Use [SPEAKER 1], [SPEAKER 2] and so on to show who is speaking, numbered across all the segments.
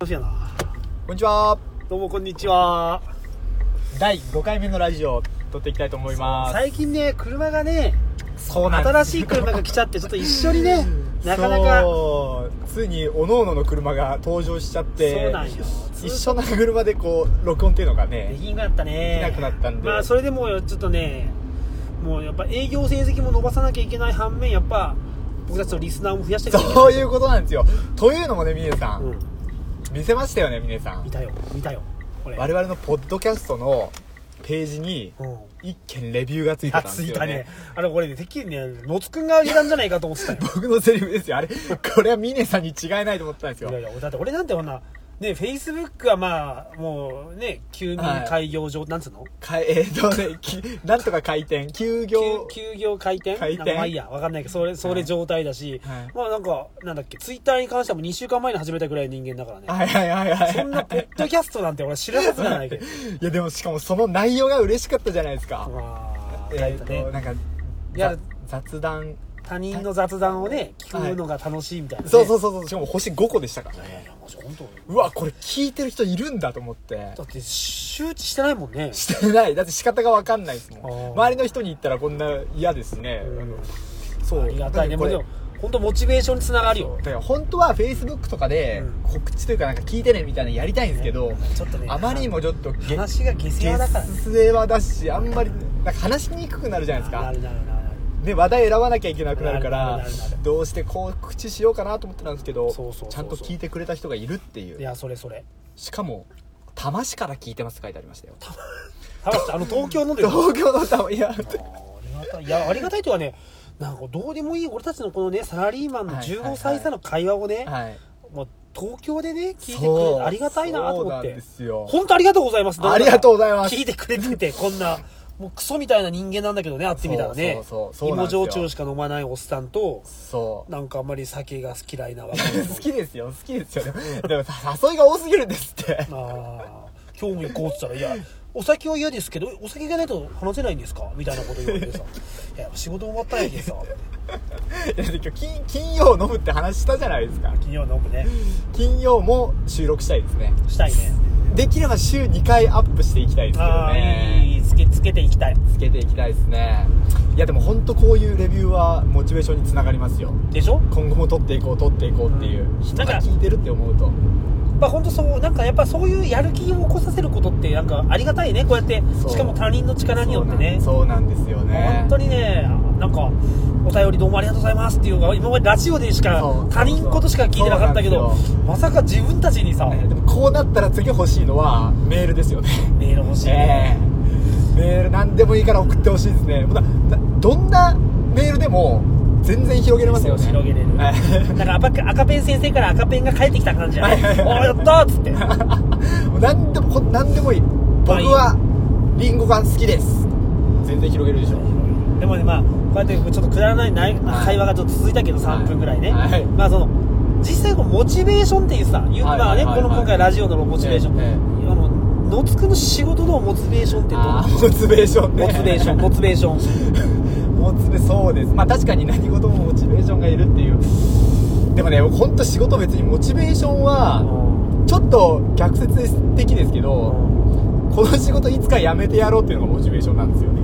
[SPEAKER 1] 楽しいやな。
[SPEAKER 2] こんにちは
[SPEAKER 1] どうもこんにちは。
[SPEAKER 2] 第5回目のラジオ撮っていきたいと思います
[SPEAKER 1] 最近ね、車がね、
[SPEAKER 2] そうなんです
[SPEAKER 1] 新しい車が来ちゃって、ちょっと一緒にね、なかなか。そ
[SPEAKER 2] そうついにおののの車が登場しちゃっ
[SPEAKER 1] う
[SPEAKER 2] て
[SPEAKER 1] なんよ。
[SPEAKER 2] 一緒な車でこう録音っていうのが
[SPEAKER 1] で
[SPEAKER 2] ね
[SPEAKER 1] きなくなったね。
[SPEAKER 2] できなくなったんで
[SPEAKER 1] まあ、それでもうちょっとね、もうやっぱ営業成績も伸ばさなきゃいけない反面、やっぱ、僕たちのリスナーも増やしていかなきゃ
[SPEAKER 2] そういうことなんですよというのもね峰さ
[SPEAKER 1] うんん。
[SPEAKER 2] 見せましたよね峰さん
[SPEAKER 1] 見たよ、見たよ。これ。
[SPEAKER 2] 我々のポッドキャストのページに
[SPEAKER 1] うん。
[SPEAKER 2] 一件レビューがついてた
[SPEAKER 1] あ、
[SPEAKER 2] んで
[SPEAKER 1] つ
[SPEAKER 2] す
[SPEAKER 1] い
[SPEAKER 2] よ
[SPEAKER 1] た
[SPEAKER 2] ね
[SPEAKER 1] ね。あれ、これね、てっきりね、のつくんが上げたんじゃないかと思ってたよ。
[SPEAKER 2] 僕のセリフですよあれこれは峰さんに違いないと思ってたんですよ
[SPEAKER 1] いやいや、だって俺なんてほんな、ね、フェイスブックはまあ、もうね、休眠開業上、なんつうの
[SPEAKER 2] かえーっとねきなんとか回転休業
[SPEAKER 1] 休休業開店
[SPEAKER 2] 開店
[SPEAKER 1] なんかまあいいや、わかんないけど、それ、それ状態だし、
[SPEAKER 2] はい
[SPEAKER 1] まあなんか、なんだっけ、ツイッターに関してはもう2週間前に始めたぐらいの人間だからね。
[SPEAKER 2] はいはいはいはい
[SPEAKER 1] そんなポッドキャストなんて俺知るはずがないけ ど。
[SPEAKER 2] いやでもしかもその内容が嬉しかったじゃないですか、
[SPEAKER 1] まあ、
[SPEAKER 2] えー、
[SPEAKER 1] ね
[SPEAKER 2] となんか
[SPEAKER 1] いや
[SPEAKER 2] ざ雑談
[SPEAKER 1] 他人の雑談をね、聞くのが楽しいみたいな、ね
[SPEAKER 2] そうそうそうそうしかも星5個でしたから
[SPEAKER 1] いやい
[SPEAKER 2] ね
[SPEAKER 1] や、もう本当
[SPEAKER 2] うわこれ聞いてる人いるんだと思って
[SPEAKER 1] だって、周知してないもんね。
[SPEAKER 2] してないだって仕方が分かんないですもん
[SPEAKER 1] あー
[SPEAKER 2] 周りの人に言ったらこんな嫌ですね、そう
[SPEAKER 1] ありがたいね。
[SPEAKER 2] だ
[SPEAKER 1] も
[SPEAKER 2] か
[SPEAKER 1] う
[SPEAKER 2] ら
[SPEAKER 1] で
[SPEAKER 2] こ
[SPEAKER 1] も
[SPEAKER 2] れ、
[SPEAKER 1] 本当モチベーションにつながるよ。
[SPEAKER 2] だから本当は Facebook とかで
[SPEAKER 1] う
[SPEAKER 2] 告知というかなんか聞いてねみたいなのやりたいんですけど、
[SPEAKER 1] ちょっとね
[SPEAKER 2] あまりにもちょっとげ
[SPEAKER 1] 話が下世話だからね。
[SPEAKER 2] 下世話だしあんまりなんか話しにくくなるじゃないですか
[SPEAKER 1] なるなるなるなる。
[SPEAKER 2] ね、話題選ばなきゃいけなくなるか
[SPEAKER 1] な
[SPEAKER 2] ら
[SPEAKER 1] るなるなるなる
[SPEAKER 2] どうして告知しようかなと思ってたんですけど
[SPEAKER 1] そうそうそうそう
[SPEAKER 2] ちゃんと聞いてくれた人がいるってい
[SPEAKER 1] いうや、それそれ。
[SPEAKER 2] しかも「多摩市から聞いてます」って書いてありましたよ
[SPEAKER 1] ただし、あの、東京ので。
[SPEAKER 2] 東京の多 摩いや
[SPEAKER 1] ありがたい。いや、ありがたいとはね、なんかどうでもいい俺たちのこのね、サラリーマンの
[SPEAKER 2] はい
[SPEAKER 1] 15歳差の会話をね、
[SPEAKER 2] はい
[SPEAKER 1] もう東京でね、聞いてくれ
[SPEAKER 2] そう
[SPEAKER 1] てありがたいなと思っ
[SPEAKER 2] そうなん
[SPEAKER 1] て
[SPEAKER 2] で。すよ
[SPEAKER 1] 本当ありがとうございます。
[SPEAKER 2] ありがとうございます
[SPEAKER 1] 聞いてくれてて、こんな、もうクソみたいな人間なんだけどね、会ってみたらね。
[SPEAKER 2] そうそうそうそうなん
[SPEAKER 1] 芋
[SPEAKER 2] ですよ
[SPEAKER 1] 焼酎しか飲まないおっさんと、
[SPEAKER 2] そう
[SPEAKER 1] なんかあんまり酒が嫌いな若い
[SPEAKER 2] 好きですよ好きですよでもでもさ誘いが多すぎるんですって
[SPEAKER 1] ああ今日も行こうって言ったら「いやお酒は嫌ですけどお酒がないと話せないんですか?」みたいなこと言われてさ「いや仕事終わったんやけどさ
[SPEAKER 2] いや今日金金曜飲むって話したじゃないですか」
[SPEAKER 1] 金曜飲むね
[SPEAKER 2] 金曜も収録したいですね
[SPEAKER 1] したいね
[SPEAKER 2] できれば週2回アップしていきたいですけど
[SPEAKER 1] ああ
[SPEAKER 2] ね
[SPEAKER 1] いいつけつけていきたい
[SPEAKER 2] つけていきたいですねいやでも本当こういうレビューはモチベーションにつながりますよ
[SPEAKER 1] でしょ
[SPEAKER 2] 今後も取っていこう取っていこうっていう
[SPEAKER 1] うん
[SPEAKER 2] 人が聞いてるって思うと
[SPEAKER 1] まあ本当そうなんかやっぱそういうやる気を起こさせることってなんかありがたいねこうやって
[SPEAKER 2] そう
[SPEAKER 1] しかも他人の力によってね
[SPEAKER 2] そうなんそうなんですよね
[SPEAKER 1] 本当にねなんかお便りどうもありがとうございますっていうのが今までラジオでしか
[SPEAKER 2] そう
[SPEAKER 1] 他人ことしか聞いてなかったけど
[SPEAKER 2] そうなんです
[SPEAKER 1] まさか自分たちにさ、
[SPEAKER 2] ねでもこうなったら次欲しいのはメールですよね
[SPEAKER 1] メール欲しい
[SPEAKER 2] え
[SPEAKER 1] ね、
[SPEAKER 2] え メール何でもいいから送ってほしいですねもうななどんなメールでも全然広げれますよね
[SPEAKER 1] そう広げれる
[SPEAKER 2] はい
[SPEAKER 1] なんか赤赤ペン先生から赤ペンが帰ってきた感じじゃない
[SPEAKER 2] はいはい
[SPEAKER 1] お
[SPEAKER 2] は
[SPEAKER 1] ー
[SPEAKER 2] い
[SPEAKER 1] やったーっ つって
[SPEAKER 2] もう何でもこ何でもいい僕
[SPEAKER 1] あいい
[SPEAKER 2] はリンゴが好きです全然広げるでしょ
[SPEAKER 1] でもねまあこうやってちょっとくだらないない
[SPEAKER 2] はい
[SPEAKER 1] 会話がちょっと続いたけど3分ぐらいね、
[SPEAKER 2] はい
[SPEAKER 1] まあその実際こうモチベーションっていうさ、言う
[SPEAKER 2] はい
[SPEAKER 1] まあね
[SPEAKER 2] は
[SPEAKER 1] こ
[SPEAKER 2] いはい
[SPEAKER 1] の今回ラジオのモチベーション、
[SPEAKER 2] えええ
[SPEAKER 1] あの野津くんの仕事のモチベーションってどう
[SPEAKER 2] あーモチベーションね
[SPEAKER 1] モチベーシ ョンモチベーション
[SPEAKER 2] モチベそうですまあ確かに何事もモチベーションがいるっていうでもね本当仕事別にモチベーションはちょっと逆説的ですけどこの仕事いつか辞めてやろうっていうのがモチベーションなんですよね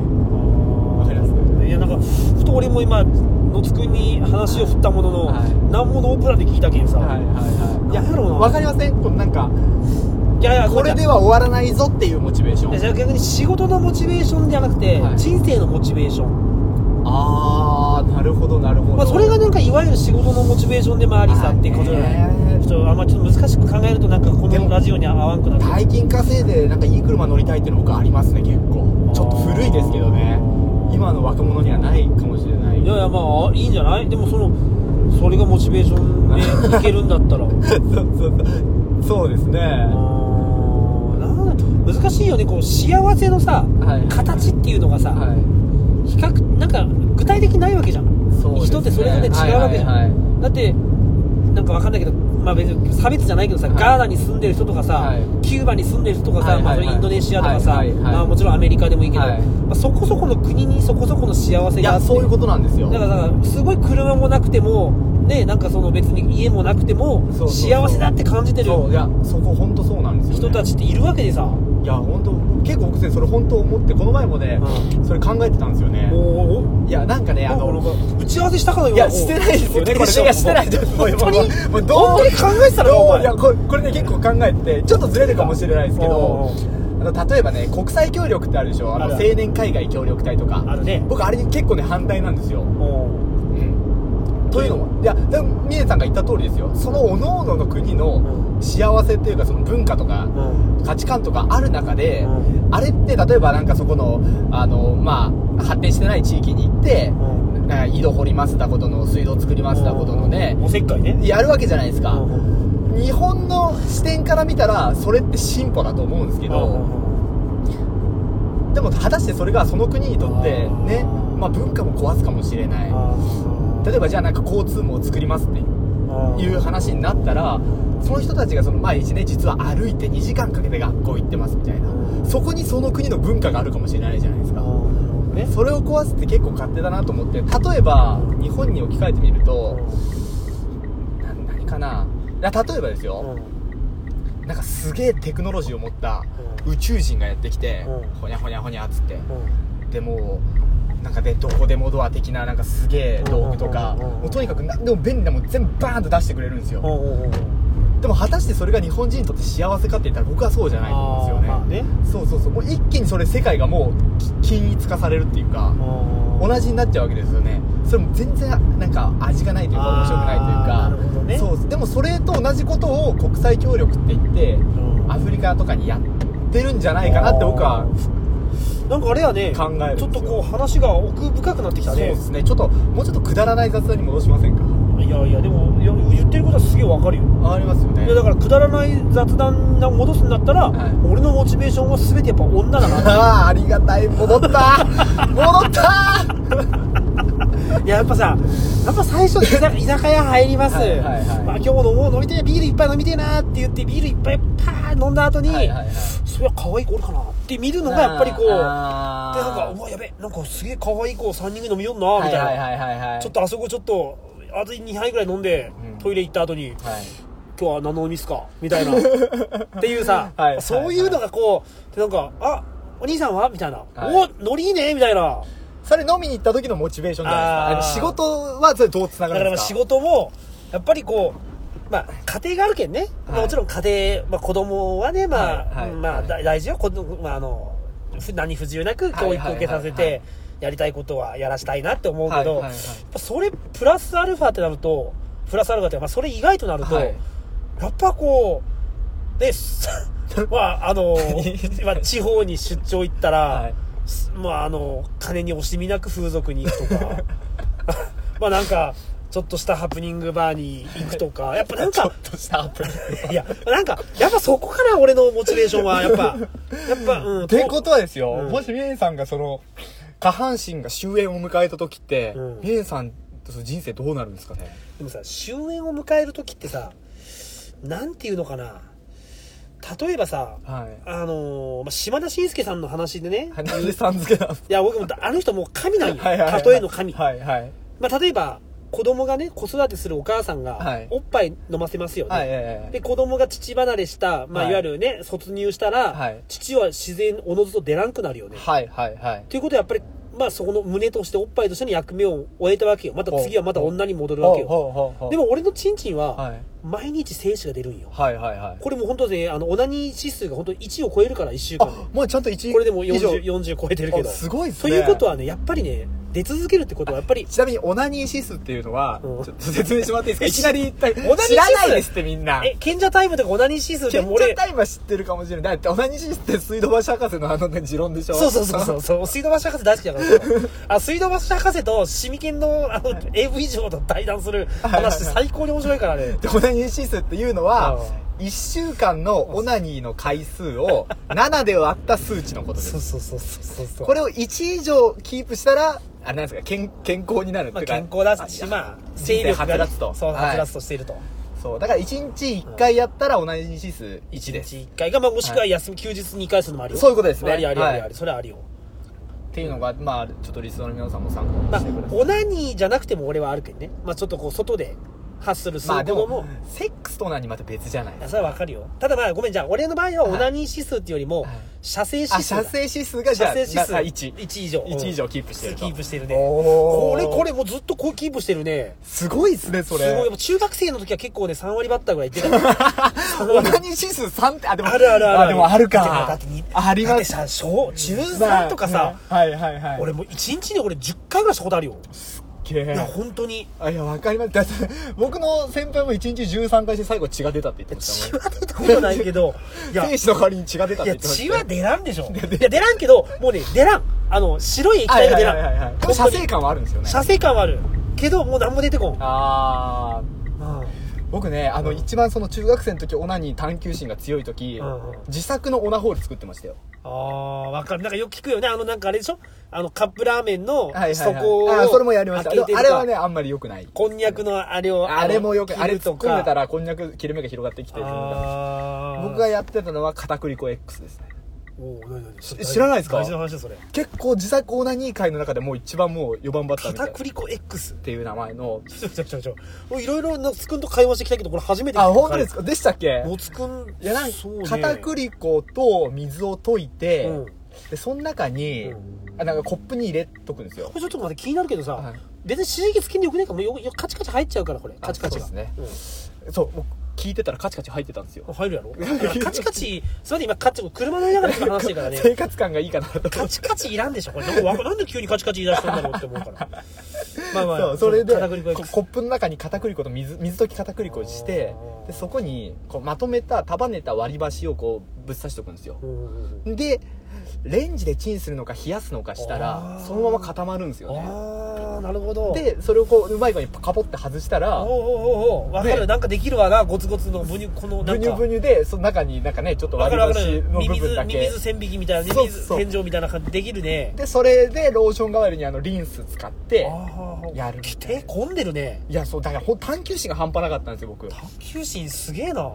[SPEAKER 2] わかります
[SPEAKER 1] いやなんかふと俺も今野津くんに話を振ったものの、
[SPEAKER 2] はい
[SPEAKER 1] 何もノープランで聞いたけんさ、
[SPEAKER 2] はいはい
[SPEAKER 1] やめろな
[SPEAKER 2] わかりませんこのなんか
[SPEAKER 1] いやいや
[SPEAKER 2] これでは終わらないぞっていうモチベーショ
[SPEAKER 1] いや
[SPEAKER 2] ン
[SPEAKER 1] じゃあ逆に仕事のモチベーションじゃなくて、
[SPEAKER 2] はい
[SPEAKER 1] 人生のモチベーション、
[SPEAKER 2] ああなるほどなるほど、
[SPEAKER 1] まあ、それがなんかいわゆる仕事のモチベーションでもありさ
[SPEAKER 2] はい
[SPEAKER 1] ってことじゃな
[SPEAKER 2] ね
[SPEAKER 1] いちょっとあんまちょっと難しく考えるとなんかこ
[SPEAKER 2] で
[SPEAKER 1] の
[SPEAKER 2] も
[SPEAKER 1] ラジオに合わんくなって
[SPEAKER 2] 大金稼いでなんかいい車乗りたいっていうの僕ありますね結構ちょっと古いですけどね今の若者にはないかもしれない
[SPEAKER 1] いやいやまあいいんじゃないでもそのそれがモチベーションでいけるんだ ったらあ
[SPEAKER 2] そうそうそうそうですね
[SPEAKER 1] ーなんだ難しいよねこう幸せのさ
[SPEAKER 2] はい
[SPEAKER 1] 形っていうのがさ、
[SPEAKER 2] はい
[SPEAKER 1] 比較なんか具体的にないわけじゃん
[SPEAKER 2] そうですね
[SPEAKER 1] 人ってそれぞれ違うわけじゃん、
[SPEAKER 2] はいはい
[SPEAKER 1] だってなんかわかんないけど、まあ、別に差別じゃないけどさ、
[SPEAKER 2] はい
[SPEAKER 1] ガーナに住んでる人とかさ、
[SPEAKER 2] はい
[SPEAKER 1] キューバに住んでる人とかさ、
[SPEAKER 2] はいはいはい
[SPEAKER 1] まあ、インドネシアとかさ、
[SPEAKER 2] はいはいはい
[SPEAKER 1] まあ、もちろんアメリカでもいいけど、
[SPEAKER 2] はい
[SPEAKER 1] まあ、そこそこの国にそこそこの幸せ
[SPEAKER 2] い
[SPEAKER 1] があ
[SPEAKER 2] や
[SPEAKER 1] って
[SPEAKER 2] そういうことなんですよ
[SPEAKER 1] だからだからすごい車もなくてもねなんかその別に家もなくても
[SPEAKER 2] そうそうそう
[SPEAKER 1] 幸せだって感じてる
[SPEAKER 2] そういやそこ本当そうなんですよ、ね、
[SPEAKER 1] 人たちっているわけでさも
[SPEAKER 2] いや本当結構僕ねそれ本当思ってこの前もね、それ考えてたんですよね
[SPEAKER 1] うお
[SPEAKER 2] いやなんかねあ
[SPEAKER 1] なん
[SPEAKER 2] の
[SPEAKER 1] かなんか打ち合わせしたかのよう
[SPEAKER 2] いやしてないですよねこれねいやしてないです
[SPEAKER 1] 本当に
[SPEAKER 2] もうもうどう
[SPEAKER 1] 本当に考えてたのか
[SPEAKER 2] どう
[SPEAKER 1] お前
[SPEAKER 2] いやこれこれね結構考えててちょっとずれるかもしれないですけ
[SPEAKER 1] おうおう
[SPEAKER 2] どあの例えばね国際協力ってあるでしょあの
[SPEAKER 1] あるある
[SPEAKER 2] 青年海外協力隊とか
[SPEAKER 1] あるね
[SPEAKER 2] 僕あれに結構ね反対なんですよ
[SPEAKER 1] うん
[SPEAKER 2] というのもいやでも峰さんが言った通りですよその各々の国
[SPEAKER 1] う
[SPEAKER 2] の幸せっていうかその文化とか
[SPEAKER 1] うん
[SPEAKER 2] 価値観とかある中で、
[SPEAKER 1] う
[SPEAKER 2] あれって例えばなんかそこのあの、まあ、発展してない地域に行って、
[SPEAKER 1] う
[SPEAKER 2] なんか井戸掘りますだことの水道作りますだことのね、
[SPEAKER 1] おせっかいね
[SPEAKER 2] やるわけじゃないですか、
[SPEAKER 1] うんうん
[SPEAKER 2] 日本の視点から見たらそれって進歩だと思うんですけ
[SPEAKER 1] うん
[SPEAKER 2] ど、でも果たしてそれがその国にとって
[SPEAKER 1] あー
[SPEAKER 2] ね、まあ、文化も壊すかもしれない例えばじゃあなんか交通網を作りますって
[SPEAKER 1] うん
[SPEAKER 2] いう話になったらその人たちがその毎日ね実は歩いて2時間かけて学校行ってますみたいな
[SPEAKER 1] うん
[SPEAKER 2] そこにその国の文化があるかもしれないじゃないです
[SPEAKER 1] あ
[SPEAKER 2] か
[SPEAKER 1] ーね
[SPEAKER 2] それを壊すって結構勝手だなと思って例えば日本に置き換えてみるとな何かないや例えばです
[SPEAKER 1] うん
[SPEAKER 2] よなんかすげえテクノロジーを持った宇宙人がやってきて
[SPEAKER 1] うん
[SPEAKER 2] ほにゃほにゃほにゃっつって
[SPEAKER 1] うん
[SPEAKER 2] でもうなんかでどこでもドア的ななんかすげえ道具とか
[SPEAKER 1] うんうんうんうん
[SPEAKER 2] もうとにかく何でも便利なもん全部バーンと出してくれるんですよ
[SPEAKER 1] うんうんうん
[SPEAKER 2] でも果たしてそれが日本人にとって幸せかって言ったら僕はそうじゃないと思うんですよ
[SPEAKER 1] あーまあ
[SPEAKER 2] ね
[SPEAKER 1] ね
[SPEAKER 2] そうそうそうもう一気にそれ世界がもうき均一化されるっていうか
[SPEAKER 1] 同
[SPEAKER 2] 同じになっちゃうわけですよねそれも全然なんか味がないというか面白くないというか
[SPEAKER 1] あーなるほどね
[SPEAKER 2] そうでもそれと同じことを国際協力って言ってアフリカとかにやってるんじゃないかなって僕は
[SPEAKER 1] なんかあれやね
[SPEAKER 2] 考えるんで
[SPEAKER 1] ちょ
[SPEAKER 2] すよ
[SPEAKER 1] っとこう話が奥深くなってき
[SPEAKER 2] そ
[SPEAKER 1] た
[SPEAKER 2] うで
[SPEAKER 1] ね
[SPEAKER 2] すねちょっともうちょっとくだらない雑談に戻しませんか
[SPEAKER 1] いやいやでもいや言ってることはすげえわかるよ
[SPEAKER 2] ありますよね
[SPEAKER 1] いやだからくだらない雑談を戻すんだったら、
[SPEAKER 2] はい
[SPEAKER 1] 俺のモチベーションは全てやっぱ女だ な
[SPEAKER 2] ああありがたい戻った 戻った
[SPEAKER 1] いややっぱさやっぱ最 初居酒居酒屋入ります、
[SPEAKER 2] はいはいはい
[SPEAKER 1] まあ、今日も飲もう飲みてえビールいっぱい飲みてえなって言ってビールいっぱいパー飲んだ後に、
[SPEAKER 2] はいはいはい
[SPEAKER 1] そりゃ可愛い子おるかなって見るのがやっぱりこうでなんか
[SPEAKER 2] あ
[SPEAKER 1] う
[SPEAKER 2] ー
[SPEAKER 1] わやべなんかすげえ可愛い子3人組飲みよんなみたいな、
[SPEAKER 2] はいはいはいはいはい
[SPEAKER 1] ちょっとあそこちょっとあと2杯ぐらい飲んで、
[SPEAKER 2] うん
[SPEAKER 1] トイレ行った後に
[SPEAKER 2] はい
[SPEAKER 1] 今日は何のお店かみ たいなっていうさ、
[SPEAKER 2] はいはい
[SPEAKER 1] そういうのがこうでなんか「あお兄さんは?」みたいな「
[SPEAKER 2] はい
[SPEAKER 1] おノリいいね」みたいな
[SPEAKER 2] それ飲みに行った時のモチベーションじゃないですか仕
[SPEAKER 1] あー
[SPEAKER 2] 事はそれどうつな
[SPEAKER 1] だ
[SPEAKER 2] が
[SPEAKER 1] か
[SPEAKER 2] る
[SPEAKER 1] ら
[SPEAKER 2] ん
[SPEAKER 1] ま
[SPEAKER 2] で
[SPEAKER 1] あ
[SPEAKER 2] す
[SPEAKER 1] 仕
[SPEAKER 2] か
[SPEAKER 1] 事もやっぱりこうまあ家庭があるけんね、ま
[SPEAKER 2] は
[SPEAKER 1] あ
[SPEAKER 2] い
[SPEAKER 1] もちろん家庭、まあ、子供はねまあ、
[SPEAKER 2] はいはい
[SPEAKER 1] まあだ大事よ子供、まあ、あのふ何不自由なく教育を受けさせ
[SPEAKER 2] はいはいはい
[SPEAKER 1] てやりたいことはやらしたいなって思うけ
[SPEAKER 2] はい
[SPEAKER 1] ど、
[SPEAKER 2] はいはい
[SPEAKER 1] やっぱそれプラスアルファってなるとプラスアルファっていうか、まあ、それ以外となると、
[SPEAKER 2] はい
[SPEAKER 1] やっぱこう、で、す まあ、あの、まあ、地方に出張行ったら、
[SPEAKER 2] はい
[SPEAKER 1] すまあ、あの、金に惜しみなく風俗に行くと か、まあ、なんか、ちょっとしたハプニングバーに行くとか、やっぱなん
[SPEAKER 2] ちょ
[SPEAKER 1] か
[SPEAKER 2] っ、としたアプリ
[SPEAKER 1] いや、なんか、やっぱそこから俺のモチベーショ ンは、やっぱ、やっぱ、うん。
[SPEAKER 2] ってことはですよ、
[SPEAKER 1] うん
[SPEAKER 2] もしミネさんがその下半身が終焉を迎えた時って、
[SPEAKER 1] うん
[SPEAKER 2] ミネさんとその人生どうなるんですかね
[SPEAKER 1] でもさ終焉を迎える時ってさなんていうのかな例えばさ、
[SPEAKER 2] はい
[SPEAKER 1] あのーまあ、島田紳介さんの話でね、
[SPEAKER 2] なんでさん付けなんですか
[SPEAKER 1] いや、僕もだ、あの人もう神なんよ。
[SPEAKER 2] はいはいはい
[SPEAKER 1] 例えの神。
[SPEAKER 2] はいはい
[SPEAKER 1] まあ、例えば、子供がね、子育てするお母さん
[SPEAKER 2] は
[SPEAKER 1] が
[SPEAKER 2] い、
[SPEAKER 1] おっぱい飲ませますよね。
[SPEAKER 2] はいはいはい
[SPEAKER 1] で、子供が父離れした、まあ、
[SPEAKER 2] は
[SPEAKER 1] い
[SPEAKER 2] い
[SPEAKER 1] わゆるね、卒入したら、
[SPEAKER 2] はい
[SPEAKER 1] 父は自然、おのずと出らんくなるよね。
[SPEAKER 2] はいはいはい
[SPEAKER 1] ということは、やっぱり、まあ、そこの胸として、おっぱいとしての役目を終えたわけよ。また次はまた女に戻るわけよ。
[SPEAKER 2] ほうほうほう
[SPEAKER 1] でも、俺のチンチン
[SPEAKER 2] は
[SPEAKER 1] は、
[SPEAKER 2] い
[SPEAKER 1] 毎日精子が出るんよ。
[SPEAKER 2] はいはいはい
[SPEAKER 1] これもう本当ね、あの、オナニー指数が本当1を超えるから、1週間で
[SPEAKER 2] あ。もうちゃんと1
[SPEAKER 1] これでもう
[SPEAKER 2] 以上
[SPEAKER 1] 40, 40超えてるけど
[SPEAKER 2] あすごいっす
[SPEAKER 1] と
[SPEAKER 2] ね
[SPEAKER 1] いうことはねやっぱりね出続けるってことはやっぱり
[SPEAKER 2] ちなみにオナニー指数っていうのは、
[SPEAKER 1] うん
[SPEAKER 2] ちょっと説明してもらっていいですかいきなり言った
[SPEAKER 1] オナニー指数
[SPEAKER 2] 知らないですってみんな
[SPEAKER 1] え賢者タイムとかオナニー指数で
[SPEAKER 2] ケ
[SPEAKER 1] も
[SPEAKER 2] ンチャ
[SPEAKER 1] 俺
[SPEAKER 2] タイムは知ってるかもしれないだってオナニー指数って水道橋博士のあのね持論でしょ
[SPEAKER 1] そうそうそうそうそう水道橋博士大好きだからさあ水道橋博士とシミケンのあの AV 上と対談する話って最高に面白いからね
[SPEAKER 2] でオナニー指数っていうのは、1週間のオナニーの回数を7で割った数値のことです
[SPEAKER 1] そうそうそうそうそう
[SPEAKER 2] これを1以上キープしたらあれなんですか健健康になるって
[SPEAKER 1] ま
[SPEAKER 2] い
[SPEAKER 1] あ
[SPEAKER 2] うか、
[SPEAKER 1] 健康だし
[SPEAKER 2] あ
[SPEAKER 1] まあ
[SPEAKER 2] 人
[SPEAKER 1] 精
[SPEAKER 2] 生
[SPEAKER 1] 力が
[SPEAKER 2] はつらつと
[SPEAKER 1] そう
[SPEAKER 2] はい
[SPEAKER 1] はつらつとしていると
[SPEAKER 2] そうだから1日1回やったらオナニー指数1です、
[SPEAKER 1] 1回がまあもしくは休み休日2回するのもあるよ
[SPEAKER 2] そういうことですね
[SPEAKER 1] ありありありあ
[SPEAKER 2] は
[SPEAKER 1] り
[SPEAKER 2] い
[SPEAKER 1] それはあるよ
[SPEAKER 2] っていうのがまあちょっとリスナーの皆さんも参考に
[SPEAKER 1] まあ
[SPEAKER 2] してください、
[SPEAKER 1] オナニーじゃなくても俺はあるけどねまあちょっとこう外でハッスルす
[SPEAKER 2] まあ
[SPEAKER 1] る
[SPEAKER 2] で
[SPEAKER 1] 子
[SPEAKER 2] も
[SPEAKER 1] も、
[SPEAKER 2] セックスと何また別じゃない
[SPEAKER 1] あそれはわかるよただまあごめんじゃあ俺の場合はオナニー指数っていうよりも、
[SPEAKER 2] はい
[SPEAKER 1] 射精指
[SPEAKER 2] あ
[SPEAKER 1] 数だ
[SPEAKER 2] 射精指数がじゃあ
[SPEAKER 1] 射精指数
[SPEAKER 2] な1
[SPEAKER 1] 1以上うん
[SPEAKER 2] 1以上キープしてると
[SPEAKER 1] キープしてるね
[SPEAKER 2] お
[SPEAKER 1] こ
[SPEAKER 2] ー
[SPEAKER 1] れこれもうずっとこうキープしてるね
[SPEAKER 2] すごいっすねそ
[SPEAKER 1] す
[SPEAKER 2] れ
[SPEAKER 1] ごいやっぱ中学生の時は結構ね3割バッターぐらいいってた3割
[SPEAKER 2] オナニー指数3ってあでも
[SPEAKER 1] あるあるある
[SPEAKER 2] でもある
[SPEAKER 1] だって
[SPEAKER 2] か
[SPEAKER 1] だってに
[SPEAKER 2] あり
[SPEAKER 1] だっ
[SPEAKER 2] ま
[SPEAKER 1] て
[SPEAKER 2] す
[SPEAKER 1] さ小中3とかさ、
[SPEAKER 2] はいはいはい
[SPEAKER 1] 俺もう1日に俺10回ぐらいしたことあるよ、
[SPEAKER 2] けー
[SPEAKER 1] いや本当に
[SPEAKER 2] あいやわかりますだって僕の先輩も1日13回して最後血が出たって言ってま
[SPEAKER 1] 血
[SPEAKER 2] したもん
[SPEAKER 1] は出たことないけどいや
[SPEAKER 2] 精子の代わりに血が出た
[SPEAKER 1] い
[SPEAKER 2] って
[SPEAKER 1] や
[SPEAKER 2] 言ってました
[SPEAKER 1] 血
[SPEAKER 2] よ
[SPEAKER 1] は出らんでし ょいや出らんけどもうね出らんあの白い液
[SPEAKER 2] はい
[SPEAKER 1] 体が
[SPEAKER 2] は
[SPEAKER 1] 出
[SPEAKER 2] い
[SPEAKER 1] らん、
[SPEAKER 2] はいはいで
[SPEAKER 1] 本
[SPEAKER 2] も射
[SPEAKER 1] 当に
[SPEAKER 2] 精感はあるんですよね
[SPEAKER 1] 射精感はあるけどもう何も出てこん、うん、
[SPEAKER 2] ああ
[SPEAKER 1] あ
[SPEAKER 2] 僕ねあの
[SPEAKER 1] うん
[SPEAKER 2] 一番その中学生の時オナに探求心が強い時、
[SPEAKER 1] うんうん
[SPEAKER 2] 自作のオナホール作ってましたよ
[SPEAKER 1] あ分かるなんかよく聞くよねあのなんかあれでしょあのカップラーメンの底を
[SPEAKER 2] あーそれもやりました
[SPEAKER 1] 開けて
[SPEAKER 2] で
[SPEAKER 1] と
[SPEAKER 2] も
[SPEAKER 1] か
[SPEAKER 2] あれはねあんまり良くない
[SPEAKER 1] こんにゃくのあれを
[SPEAKER 2] あれもよく
[SPEAKER 1] の
[SPEAKER 2] あ
[SPEAKER 1] 切る
[SPEAKER 2] れ突っ
[SPEAKER 1] と
[SPEAKER 2] 込
[SPEAKER 1] か
[SPEAKER 2] めたらこんにゃく切れ目が広がってきて
[SPEAKER 1] あー
[SPEAKER 2] 僕がやってたのは片栗粉 X ですね
[SPEAKER 1] おう何何それ
[SPEAKER 2] 知らないですか
[SPEAKER 1] 大事な話だそれ
[SPEAKER 2] 結構自作オナニー会の中でもう一番もう4番バッターみた
[SPEAKER 1] 片
[SPEAKER 2] いなっ
[SPEAKER 1] 栗粉 X
[SPEAKER 2] ていう名前の
[SPEAKER 1] ちょちょちょちょもういろいろのつくんと会話してきたけどこれ初めて
[SPEAKER 2] あ本当です
[SPEAKER 1] か
[SPEAKER 2] かでしたっけ
[SPEAKER 1] のつくん
[SPEAKER 2] いやなんか
[SPEAKER 1] そうね
[SPEAKER 2] 片栗粉と水を溶いて、
[SPEAKER 1] うん
[SPEAKER 2] でその中に、
[SPEAKER 1] うん
[SPEAKER 2] あなんかコップに入れとくんですよ
[SPEAKER 1] これちょっと待って気になるけどさ、
[SPEAKER 2] はい
[SPEAKER 1] 別に刺激つけんでよくねえかもうよよカチカチ入っちゃうからこれ
[SPEAKER 2] あ
[SPEAKER 1] カチカチが
[SPEAKER 2] そうですね
[SPEAKER 1] うん
[SPEAKER 2] そうもう聞いてたらカチカチ入ってたんですよ
[SPEAKER 1] 入るやろカチカチそれで今カチ車乗りながらしか話してるからね
[SPEAKER 2] 生活感がいいかなと
[SPEAKER 1] カチカチいらんでしょこれなんかわかなんで急にカチカチ言い出したんだろうって思うからまあまあ
[SPEAKER 2] そうそれで
[SPEAKER 1] 片栗粉
[SPEAKER 2] こコップの中に片栗粉と水水溶き片栗粉をして
[SPEAKER 1] あー
[SPEAKER 2] でそこにこうまとめた束ねた割り箸をこうぶっ刺しておくんですよ
[SPEAKER 1] うんうんうん
[SPEAKER 2] でレンジでチンするのか冷やすのかした
[SPEAKER 1] あ
[SPEAKER 2] ら
[SPEAKER 1] ー
[SPEAKER 2] そのまま固まるんですよね
[SPEAKER 1] ああなるほど
[SPEAKER 2] でそれをこううまい具合にカポって外した
[SPEAKER 1] おう
[SPEAKER 2] ら
[SPEAKER 1] おうおうおうわかる
[SPEAKER 2] で
[SPEAKER 1] なんかできるわなゴツゴツのブニュこのな
[SPEAKER 2] ブ
[SPEAKER 1] ん
[SPEAKER 2] ニ
[SPEAKER 1] か
[SPEAKER 2] ュブニュでその中になんかねちょっと
[SPEAKER 1] わか
[SPEAKER 2] 割
[SPEAKER 1] るわ
[SPEAKER 2] り
[SPEAKER 1] かる
[SPEAKER 2] 箸の
[SPEAKER 1] ミ
[SPEAKER 2] 部
[SPEAKER 1] ミ
[SPEAKER 2] 分
[SPEAKER 1] ズ
[SPEAKER 2] だ
[SPEAKER 1] ミ
[SPEAKER 2] け
[SPEAKER 1] ミズ線引きみたいな
[SPEAKER 2] そ
[SPEAKER 1] ミミ
[SPEAKER 2] う
[SPEAKER 1] ズ
[SPEAKER 2] そう
[SPEAKER 1] 天井みたいな感じできるね
[SPEAKER 2] でそれでローション代わりにあのリンス使って
[SPEAKER 1] ああ
[SPEAKER 2] やるみ
[SPEAKER 1] き
[SPEAKER 2] たいな
[SPEAKER 1] て込んでるね
[SPEAKER 2] いやそうだからほん探求心が半端なかったんですよ僕
[SPEAKER 1] 探求心すげえな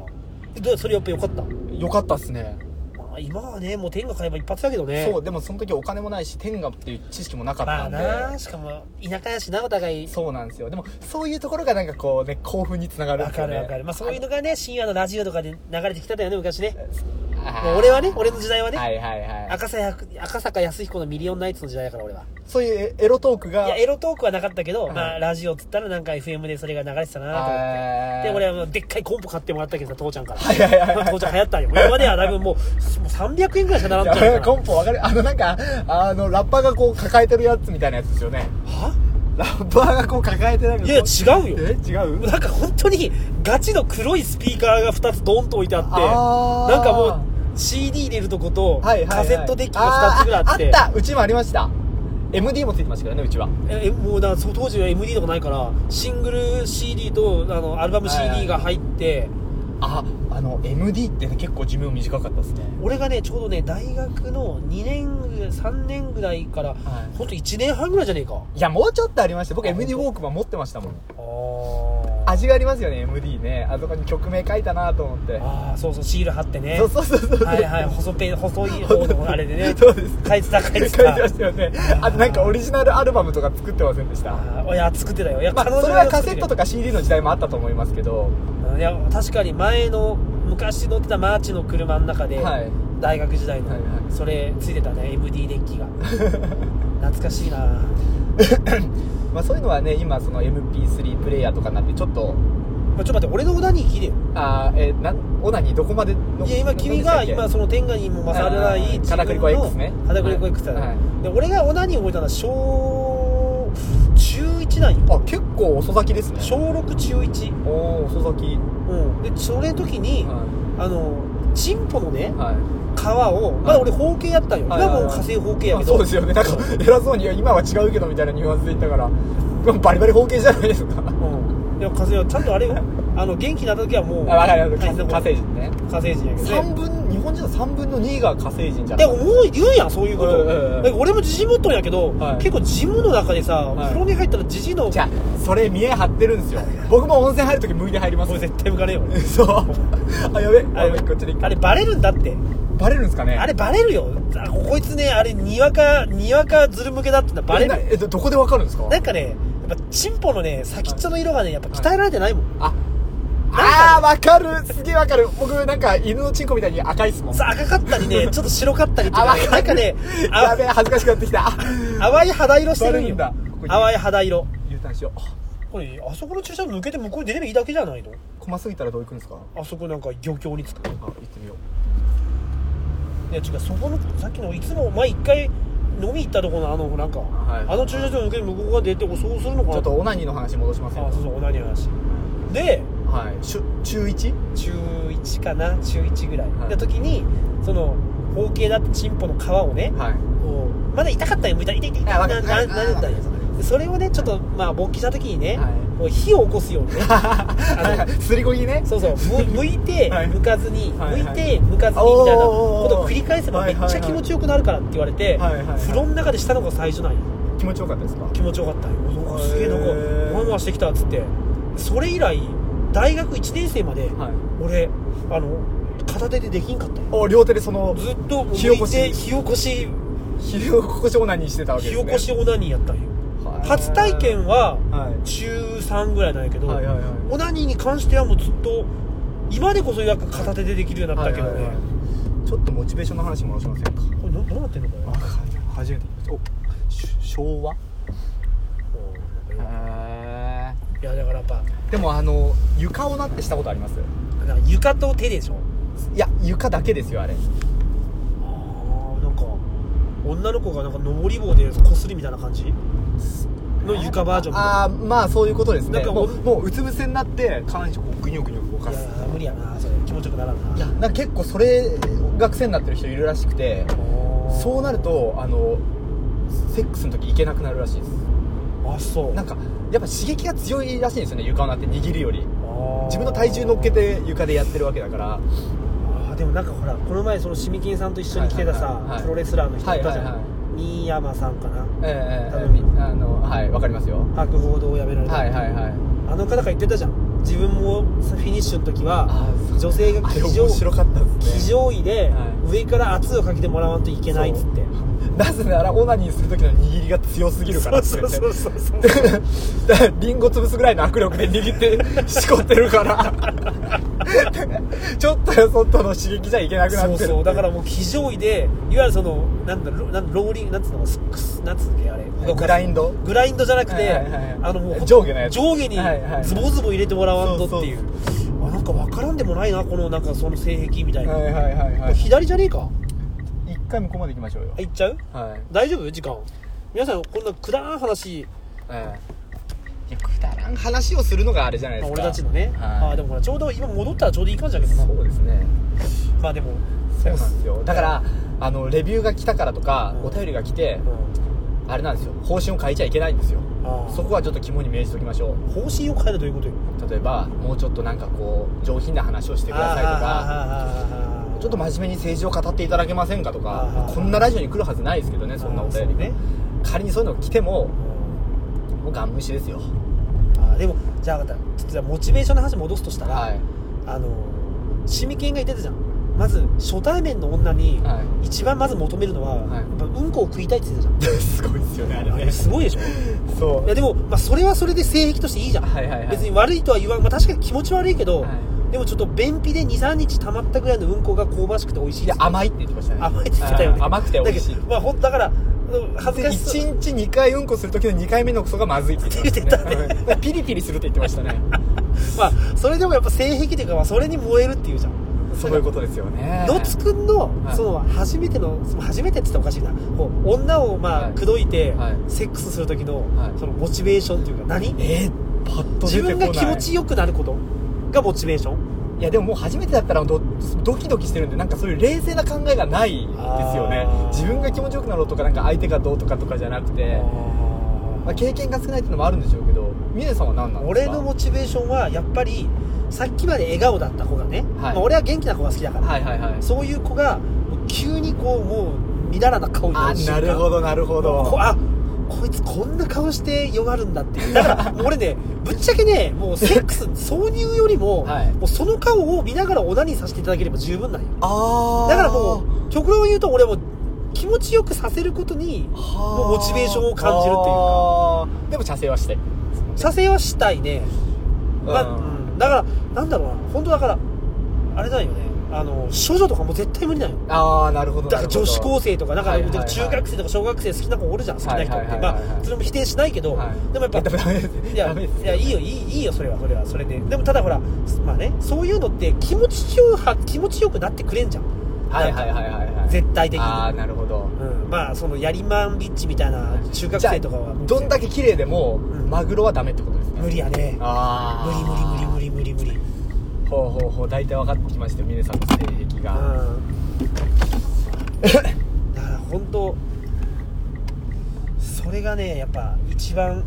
[SPEAKER 1] えどうそれやっぱよかった、
[SPEAKER 2] よかったっすね
[SPEAKER 1] まあ、今はねもう天が買えば一発だけどね
[SPEAKER 2] そうでもその時お金もないし天下っていう知識もなかっ
[SPEAKER 1] ま
[SPEAKER 2] た
[SPEAKER 1] あ
[SPEAKER 2] んで、
[SPEAKER 1] なしかも田舎やしなお互い
[SPEAKER 2] そうなんですよでもそういうところがなんかこうね興奮につながるん
[SPEAKER 1] わ
[SPEAKER 2] ですよ
[SPEAKER 1] かる
[SPEAKER 2] ね
[SPEAKER 1] わかるまあそういうのがね深夜のラジオとかで流れてきたんだよね昔ね
[SPEAKER 2] あー
[SPEAKER 1] もう俺はね俺の時代はね、
[SPEAKER 2] はいはいはい
[SPEAKER 1] 赤坂赤坂康彦のミリオンナイツの時代だから俺は
[SPEAKER 2] そういうエロトークが
[SPEAKER 1] いやエロトークはなかったけど、
[SPEAKER 2] はい
[SPEAKER 1] まあラジオっつったらなんか FM でそれが流れてたなと思って
[SPEAKER 2] あー
[SPEAKER 1] で俺はもうでっかいコンポ買ってもらったけどさ父ちゃんから
[SPEAKER 2] はいはいはいはい
[SPEAKER 1] 父ちゃん流行ったんよ今まではだいぶもうもう300円ぐらいしかならんじ
[SPEAKER 2] い
[SPEAKER 1] ゃ
[SPEAKER 2] や
[SPEAKER 1] ん
[SPEAKER 2] コンポわかるあのなんかあのラッパーがこう抱えてるやつみたいなやつですよね
[SPEAKER 1] は
[SPEAKER 2] ラッパーがこう抱えてない
[SPEAKER 1] いや違うよ
[SPEAKER 2] え違う
[SPEAKER 1] なんか本当にガチの黒いスピーカーが2つドンと置いてあって
[SPEAKER 2] あー
[SPEAKER 1] なんかもう CD 入れるとこと
[SPEAKER 2] はいはいはい
[SPEAKER 1] カセットデッキが2つぐらいあって
[SPEAKER 2] ああったうちもありました MD もついてましたからねうちは
[SPEAKER 1] えもうだからそう当時は MD とかないからシングル CD とあのアルバム
[SPEAKER 2] はいはい
[SPEAKER 1] CD が入って、
[SPEAKER 2] ああの MD ってね結構寿命短かったですね
[SPEAKER 1] 俺がねちょうどね大学の2年3年ぐらいから、
[SPEAKER 2] はい
[SPEAKER 1] ほんと1年半ぐらいじゃねえか
[SPEAKER 2] いやもうちょっとありました僕
[SPEAKER 1] あ
[SPEAKER 2] MD ウ
[SPEAKER 1] 本当
[SPEAKER 2] ォークマン持ってましたもん
[SPEAKER 1] あ
[SPEAKER 2] 味がありますよね MD ねあそこに曲名書いたなと思って
[SPEAKER 1] あーそうそうシール貼ってね
[SPEAKER 2] そうそうそうそう
[SPEAKER 1] はいはい細ペン細い方のあれでね
[SPEAKER 2] そうです
[SPEAKER 1] 書いてた書い
[SPEAKER 2] 書い
[SPEAKER 1] て
[SPEAKER 2] て
[SPEAKER 1] た
[SPEAKER 2] ましたよねあとなんかオリジナルアルバムとか作ってませんでした
[SPEAKER 1] あーいや作ってたよいや
[SPEAKER 2] まあ
[SPEAKER 1] 彼女
[SPEAKER 2] それは
[SPEAKER 1] が
[SPEAKER 2] カ
[SPEAKER 1] 作っ
[SPEAKER 2] セ
[SPEAKER 1] て
[SPEAKER 2] ッ
[SPEAKER 1] た
[SPEAKER 2] ト
[SPEAKER 1] よ
[SPEAKER 2] とか CD の時代もあったと思いますけど
[SPEAKER 1] いや確かに前の昔乗ってたマーチの車の中で、
[SPEAKER 2] はい
[SPEAKER 1] 大学時代の、
[SPEAKER 2] はいはい
[SPEAKER 1] それついてたね MD デッ キが懐かしいな
[SPEAKER 2] まあそういうのはね今その MP3 プレイヤーとかになってちょっと
[SPEAKER 1] まあ、ちょっと待って俺のオナニー聞いてよ
[SPEAKER 2] あーえー、なんオナニーどこまでの
[SPEAKER 1] いや今君が今その天下にも勝らない自分の
[SPEAKER 2] 片栗粉 X ね
[SPEAKER 1] 片栗粉 X だね、
[SPEAKER 2] はい
[SPEAKER 1] で俺がオナニーを覚えたのは小11なんよ
[SPEAKER 2] あ結構遅咲きですね
[SPEAKER 1] 小6中1
[SPEAKER 2] おお遅咲き
[SPEAKER 1] うんでそれの時に、
[SPEAKER 2] は
[SPEAKER 1] あのチンポのね
[SPEAKER 2] い、はい
[SPEAKER 1] 皮をまだ俺包茎やったんよ、
[SPEAKER 2] はいはいはい
[SPEAKER 1] 今もう火星包茎や
[SPEAKER 2] まあ
[SPEAKER 1] けど、
[SPEAKER 2] そうですよねなんか偉そうにいや今は違うけどみたいなニュアンスで言ったからでもバリバリ包茎じゃないですか
[SPEAKER 1] うん、でも火星はちゃんとあれよあの元気な時はもう
[SPEAKER 2] あわかるわか
[SPEAKER 1] 大切な
[SPEAKER 2] る
[SPEAKER 1] こと
[SPEAKER 2] 火星人ね
[SPEAKER 1] 火星人やけど
[SPEAKER 2] 三
[SPEAKER 1] ね
[SPEAKER 2] 分日本人の3分の2が火星人じゃ
[SPEAKER 1] で
[SPEAKER 2] ない
[SPEAKER 1] ももう言うやんそういうこと、
[SPEAKER 2] うんうんう
[SPEAKER 1] だ
[SPEAKER 2] ん
[SPEAKER 1] から俺もジジ持っとんやけど、
[SPEAKER 2] はい
[SPEAKER 1] 結構ジムの中でさ、
[SPEAKER 2] はい
[SPEAKER 1] 風呂に入ったらジジの
[SPEAKER 2] じゃあそれ見え張ってるんですよ僕も温泉入るとき向いて入ります
[SPEAKER 1] これ絶対向かねえよ俺
[SPEAKER 2] そうあやべあやべこっちで
[SPEAKER 1] あれバレるんだって
[SPEAKER 2] バレるんですかね
[SPEAKER 1] あれバレるよあこいつねあれにわかにわかズル向けだってのはバレ
[SPEAKER 2] な
[SPEAKER 1] る
[SPEAKER 2] えどどこでわかるんですか
[SPEAKER 1] なんかねやっぱチンポのね先っちょの色がねやっぱ鍛えられてないもん、
[SPEAKER 2] ああーわかるすげえわかる僕なんか犬のチンコみたいに赤いっすもん
[SPEAKER 1] さ赤かったりねちょっと白かったりと
[SPEAKER 2] あ
[SPEAKER 1] か
[SPEAKER 2] わ
[SPEAKER 1] ね
[SPEAKER 2] かる
[SPEAKER 1] なんかねあ
[SPEAKER 2] やべえ恥ずかしくなってきたあ
[SPEAKER 1] 淡い肌色してるんよ
[SPEAKER 2] バレるんだここに
[SPEAKER 1] 淡い肌色
[SPEAKER 2] U ターンしよう
[SPEAKER 1] これあそこの駐車場抜けて向こうに出ればいいだけじゃないの
[SPEAKER 2] 細すぎたらどういくんですか
[SPEAKER 1] あそこなんか漁協に着く
[SPEAKER 2] あ行ってみよう
[SPEAKER 1] いや違うそこのさっきのいつも前一回飲み行ったところのあのなんか、
[SPEAKER 2] い
[SPEAKER 1] あの駐車場抜けて向こうが出てこうそうするのか
[SPEAKER 2] ちょ
[SPEAKER 1] な
[SPEAKER 2] っとオナニーの話戻します
[SPEAKER 1] あ
[SPEAKER 2] よ
[SPEAKER 1] そうそう同じ話で
[SPEAKER 2] はいしゅ中 1?
[SPEAKER 1] 中1かな中1ぐらい、
[SPEAKER 2] はい
[SPEAKER 1] の時にその包茎だったチンポの皮をね
[SPEAKER 2] はい
[SPEAKER 1] こうまだ痛かったよ痛い痛い痛い痛い
[SPEAKER 2] あわか
[SPEAKER 1] な
[SPEAKER 2] る
[SPEAKER 1] な
[SPEAKER 2] はい
[SPEAKER 1] ななったんよ
[SPEAKER 2] わかる
[SPEAKER 1] でそれをねちょっとまあ勃起した時にね、
[SPEAKER 2] はい
[SPEAKER 1] こう火を起こすようにねあの
[SPEAKER 2] すりこぎね
[SPEAKER 1] そうそうむ向いて
[SPEAKER 2] はい
[SPEAKER 1] 向かずに、
[SPEAKER 2] はい
[SPEAKER 1] 向いて向かずにみたいなことを繰り返せば
[SPEAKER 2] おー
[SPEAKER 1] めっちゃ気持ちよくなるからって言われて、
[SPEAKER 2] はいはいはい
[SPEAKER 1] 風呂の中でしたのが最初なんよ
[SPEAKER 2] 気持ちよかったですか
[SPEAKER 1] 気持ちよかったよおーすげえなんか
[SPEAKER 2] へー
[SPEAKER 1] ワンワンしてきたっつってそれ以来大学1年生まで、
[SPEAKER 2] はい
[SPEAKER 1] 俺あの片手でできんかったよ
[SPEAKER 2] お両手でその
[SPEAKER 1] ずっと向いて
[SPEAKER 2] 火起こし
[SPEAKER 1] 火起こし
[SPEAKER 2] 火をここしオナニーしてたわけ
[SPEAKER 1] 火
[SPEAKER 2] です
[SPEAKER 1] 起
[SPEAKER 2] ね
[SPEAKER 1] こしオナニーやったんよ
[SPEAKER 2] はい
[SPEAKER 1] 初体験は
[SPEAKER 2] はい
[SPEAKER 1] 中3ぐらいなんやけど、
[SPEAKER 2] はいはいはい
[SPEAKER 1] オナニーに関してはもうずっと今でこそようやく片手でできるようになったけどね、
[SPEAKER 2] はいはいはいちょっとモチベーションの話戻しませんか
[SPEAKER 1] これなどうなってんのかな
[SPEAKER 2] 初めておし昭和へ
[SPEAKER 1] いやだからやっぱ
[SPEAKER 2] でもあの床をなってしたことあります
[SPEAKER 1] なんか床と手でしょ
[SPEAKER 2] いや床だけですよあれ
[SPEAKER 1] あーなんか女の子がなんか登り棒でこするみたいな感じの床バージョンみたいな
[SPEAKER 2] ああまあそういうことですね
[SPEAKER 1] なんか
[SPEAKER 2] も
[SPEAKER 1] お
[SPEAKER 2] うもううつ伏せになって下半身をこうグニョグニョ動か
[SPEAKER 1] い
[SPEAKER 2] す
[SPEAKER 1] や無理やなそれ気持ちよくならんない
[SPEAKER 2] やなんか結構それが癖になってる人いるらしくてそうなるとあのセックスの時行けなくなるらしいです
[SPEAKER 1] あそう
[SPEAKER 2] なんかやっぱ刺激が強いらしいんですよね床をなって握るより
[SPEAKER 1] あー
[SPEAKER 2] 自分の体重乗っけて床でやってるわけだから
[SPEAKER 1] あーでもなんかほらこの前そのシミキンさんと一緒に来てたさ、
[SPEAKER 2] はいはいはいはい
[SPEAKER 1] プロレスラーの人いたじゃん、
[SPEAKER 2] はいはいはい
[SPEAKER 1] 新山さんかな
[SPEAKER 2] ええ
[SPEAKER 1] 多
[SPEAKER 2] ええ
[SPEAKER 1] 分
[SPEAKER 2] みあのはいわかりますよ
[SPEAKER 1] 白報堂を辞められた、
[SPEAKER 2] はいはいはい
[SPEAKER 1] あの方が言ってたじゃん自分もフィニッシュの時は
[SPEAKER 2] あー
[SPEAKER 1] 女性が
[SPEAKER 2] あれ
[SPEAKER 1] 騎乗
[SPEAKER 2] 面白かったで
[SPEAKER 1] 騎
[SPEAKER 2] すね
[SPEAKER 1] 乗位で
[SPEAKER 2] は
[SPEAKER 1] 上から圧をかけてもらわんといけないっつって
[SPEAKER 2] なぜならオナニーする時の握りが強すぎるからって
[SPEAKER 1] そうそうそうそう
[SPEAKER 2] だからリンゴ潰すぐらいの握力で握ってしこってるから ちょっとやそっとの刺激じゃいけなくなって
[SPEAKER 1] そう
[SPEAKER 2] る
[SPEAKER 1] そうだからもう騎乗位でいわゆるそのなんだろうなんローリングなんつうのスックスなんつうのあれ動かす
[SPEAKER 2] グラインド
[SPEAKER 1] グラインドじゃなく
[SPEAKER 2] はい
[SPEAKER 1] て
[SPEAKER 2] はいはい
[SPEAKER 1] あのもう
[SPEAKER 2] 上下のやつ
[SPEAKER 1] 上下に
[SPEAKER 2] はいはい
[SPEAKER 1] ズボズボ入れてもらわんとっていう
[SPEAKER 2] そう
[SPEAKER 1] あなんか分からんでもないなこのなんかその性癖みたいな、
[SPEAKER 2] はいはいはいはい
[SPEAKER 1] 左じゃねえか
[SPEAKER 2] 一回向こうまで行きましょうよ
[SPEAKER 1] あ行っちゃう
[SPEAKER 2] はい、
[SPEAKER 1] 大丈夫時間皆さんこんなくだらん話
[SPEAKER 2] ええいやくだらん話をするのがあれじゃないですか
[SPEAKER 1] 俺たちのね、
[SPEAKER 2] はい
[SPEAKER 1] あーでもほらちょうど今戻ったらちょうどいい感じだけどな
[SPEAKER 2] そうですね
[SPEAKER 1] まあでも
[SPEAKER 2] そうなんですよだからあのレビューが来たからとか、
[SPEAKER 1] うん
[SPEAKER 2] お便りが来て
[SPEAKER 1] う、
[SPEAKER 2] あれなんですよ方針を変えちゃいけないんですよ
[SPEAKER 1] んあー
[SPEAKER 2] そこはちょっと肝に銘じておきましょう
[SPEAKER 1] 方針を変えるということよ
[SPEAKER 2] 例えばもうちょっとなんかこう上品な話をしてくださいと
[SPEAKER 1] あー
[SPEAKER 2] か
[SPEAKER 1] あーあーあーあー
[SPEAKER 2] ちょっと真面目に政治を語っていただけませんかと
[SPEAKER 1] あ
[SPEAKER 2] か
[SPEAKER 1] ー
[SPEAKER 2] こんなラジオに来るはずないですけどねそんなお便
[SPEAKER 1] あ
[SPEAKER 2] り
[SPEAKER 1] ーそうね
[SPEAKER 2] 仮にそういうの来てももうガン無視ですよ
[SPEAKER 1] あーでもじゃあ分かったちょっとじゃあモチベーションの話戻すとしたら、
[SPEAKER 2] はい
[SPEAKER 1] あのシミケンが言ってたじゃんまず初対面の女に
[SPEAKER 2] は
[SPEAKER 1] 一番まず求めるのは、
[SPEAKER 2] はい
[SPEAKER 1] やっぱうんこを食いたいって言ってたじ
[SPEAKER 2] いすごいですよねあれ
[SPEAKER 1] ゃんあれ
[SPEAKER 2] ね
[SPEAKER 1] すごいでしょ
[SPEAKER 2] そ
[SPEAKER 1] いやでも、まあ、それはそれで性癖としていいじゃん、
[SPEAKER 2] はいはいはい
[SPEAKER 1] 別に悪いとは言わん、まあ、確かに気持ち悪いけど、
[SPEAKER 2] は
[SPEAKER 1] でもちょっと便秘で23日溜まったぐらいのうんこが香ばしくて美味しい
[SPEAKER 2] い
[SPEAKER 1] で
[SPEAKER 2] や
[SPEAKER 1] す
[SPEAKER 2] 甘いって言ってましたね
[SPEAKER 1] 甘いって言ってたよね
[SPEAKER 2] あー甘くて美味しい
[SPEAKER 1] だけどまあ、ほんだからうん恥ずかしそう
[SPEAKER 2] 1日2回うんこする時の2回目のクソがまずいって言ってましたね
[SPEAKER 1] 言って た
[SPEAKER 2] ピリピリするって言って ましたね
[SPEAKER 1] まあ、それでもやっぱ性癖というか、まあ、それに燃えるっていうじゃん
[SPEAKER 2] そういうことですよね
[SPEAKER 1] のつくんの
[SPEAKER 2] はい
[SPEAKER 1] その初めてのその初めてって言ったらおかしいなこう女をま
[SPEAKER 2] は
[SPEAKER 1] あ
[SPEAKER 2] い
[SPEAKER 1] 口説いて
[SPEAKER 2] はい
[SPEAKER 1] セックスする時の
[SPEAKER 2] はい
[SPEAKER 1] そのモチベーションというか何
[SPEAKER 2] えー、パッと出
[SPEAKER 1] 自
[SPEAKER 2] てこない
[SPEAKER 1] 分が気持ちよくなることがモチベーション
[SPEAKER 2] いやでももう初めてだったらどドキドキしてるんでなんかそういう冷静な考えがないですよね
[SPEAKER 1] あー
[SPEAKER 2] 自分が気持ちよくなろうとかなんか相手がどうとかとかじゃなくてまあ、経験が少ないっていうのもあるんでしょうけど峰さんは何なんです
[SPEAKER 1] 俺
[SPEAKER 2] か
[SPEAKER 1] のモチベーションはやっぱりさっきまで笑顔だった子がね、まあ、俺は元気な子が好きだから、
[SPEAKER 2] はいはいはい
[SPEAKER 1] そういう子がもう急にこうもうみだらな顔にな
[SPEAKER 2] あ
[SPEAKER 1] る瞬
[SPEAKER 2] な
[SPEAKER 1] 間
[SPEAKER 2] るほどなるほ
[SPEAKER 1] こ
[SPEAKER 2] ど
[SPEAKER 1] あこいつこんな顔してよがるんだっていうだから 俺ねぶっちゃけねもうセックス挿入よりも,、
[SPEAKER 2] はい
[SPEAKER 1] もうその顔を見ながらオナニーさせていただければ十分なんよ
[SPEAKER 2] あ
[SPEAKER 1] だからもう極論を言うと俺はもう気持ちよくさせることに
[SPEAKER 2] も
[SPEAKER 1] もうモチベーションを感じるっていうか
[SPEAKER 2] でも射精はして
[SPEAKER 1] 射精はしたいね、まあ
[SPEAKER 2] うん
[SPEAKER 1] うんだからなんだろうな本当だからあれだよねあの少女とかもう絶対無理だよ
[SPEAKER 2] ああなるほど
[SPEAKER 1] だから女子高生とかだから
[SPEAKER 2] はいはいはい
[SPEAKER 1] 中学生とか小学生好きな子おるじゃん好きな人って、
[SPEAKER 2] はいはいはいはい
[SPEAKER 1] まあそれも否定しないけど、
[SPEAKER 2] はい
[SPEAKER 1] でもやっぱ
[SPEAKER 2] いやダメダメです
[SPEAKER 1] いや
[SPEAKER 2] ダメです
[SPEAKER 1] いやいいよいいいいよそれはそれはそれででもただほらまあねそういうのって気持ちよは気持ちよくなってくれんじゃん
[SPEAKER 2] はいはいはいはいはい
[SPEAKER 1] 絶対的に
[SPEAKER 2] ああなるほど
[SPEAKER 1] うん、まあそのやりまんビッチみたいな中学生とかは
[SPEAKER 2] じゃあどんだけ綺麗でも、
[SPEAKER 1] ん
[SPEAKER 2] マグロはダメってことですね
[SPEAKER 1] 無理やね
[SPEAKER 2] あ
[SPEAKER 1] 無
[SPEAKER 2] あ
[SPEAKER 1] 理無理無理無理無理無理
[SPEAKER 2] 理ほうほうほう大体分かってきましたよ峰さんの性癖
[SPEAKER 1] う
[SPEAKER 2] が、
[SPEAKER 1] んだから本当それがねやっぱ一番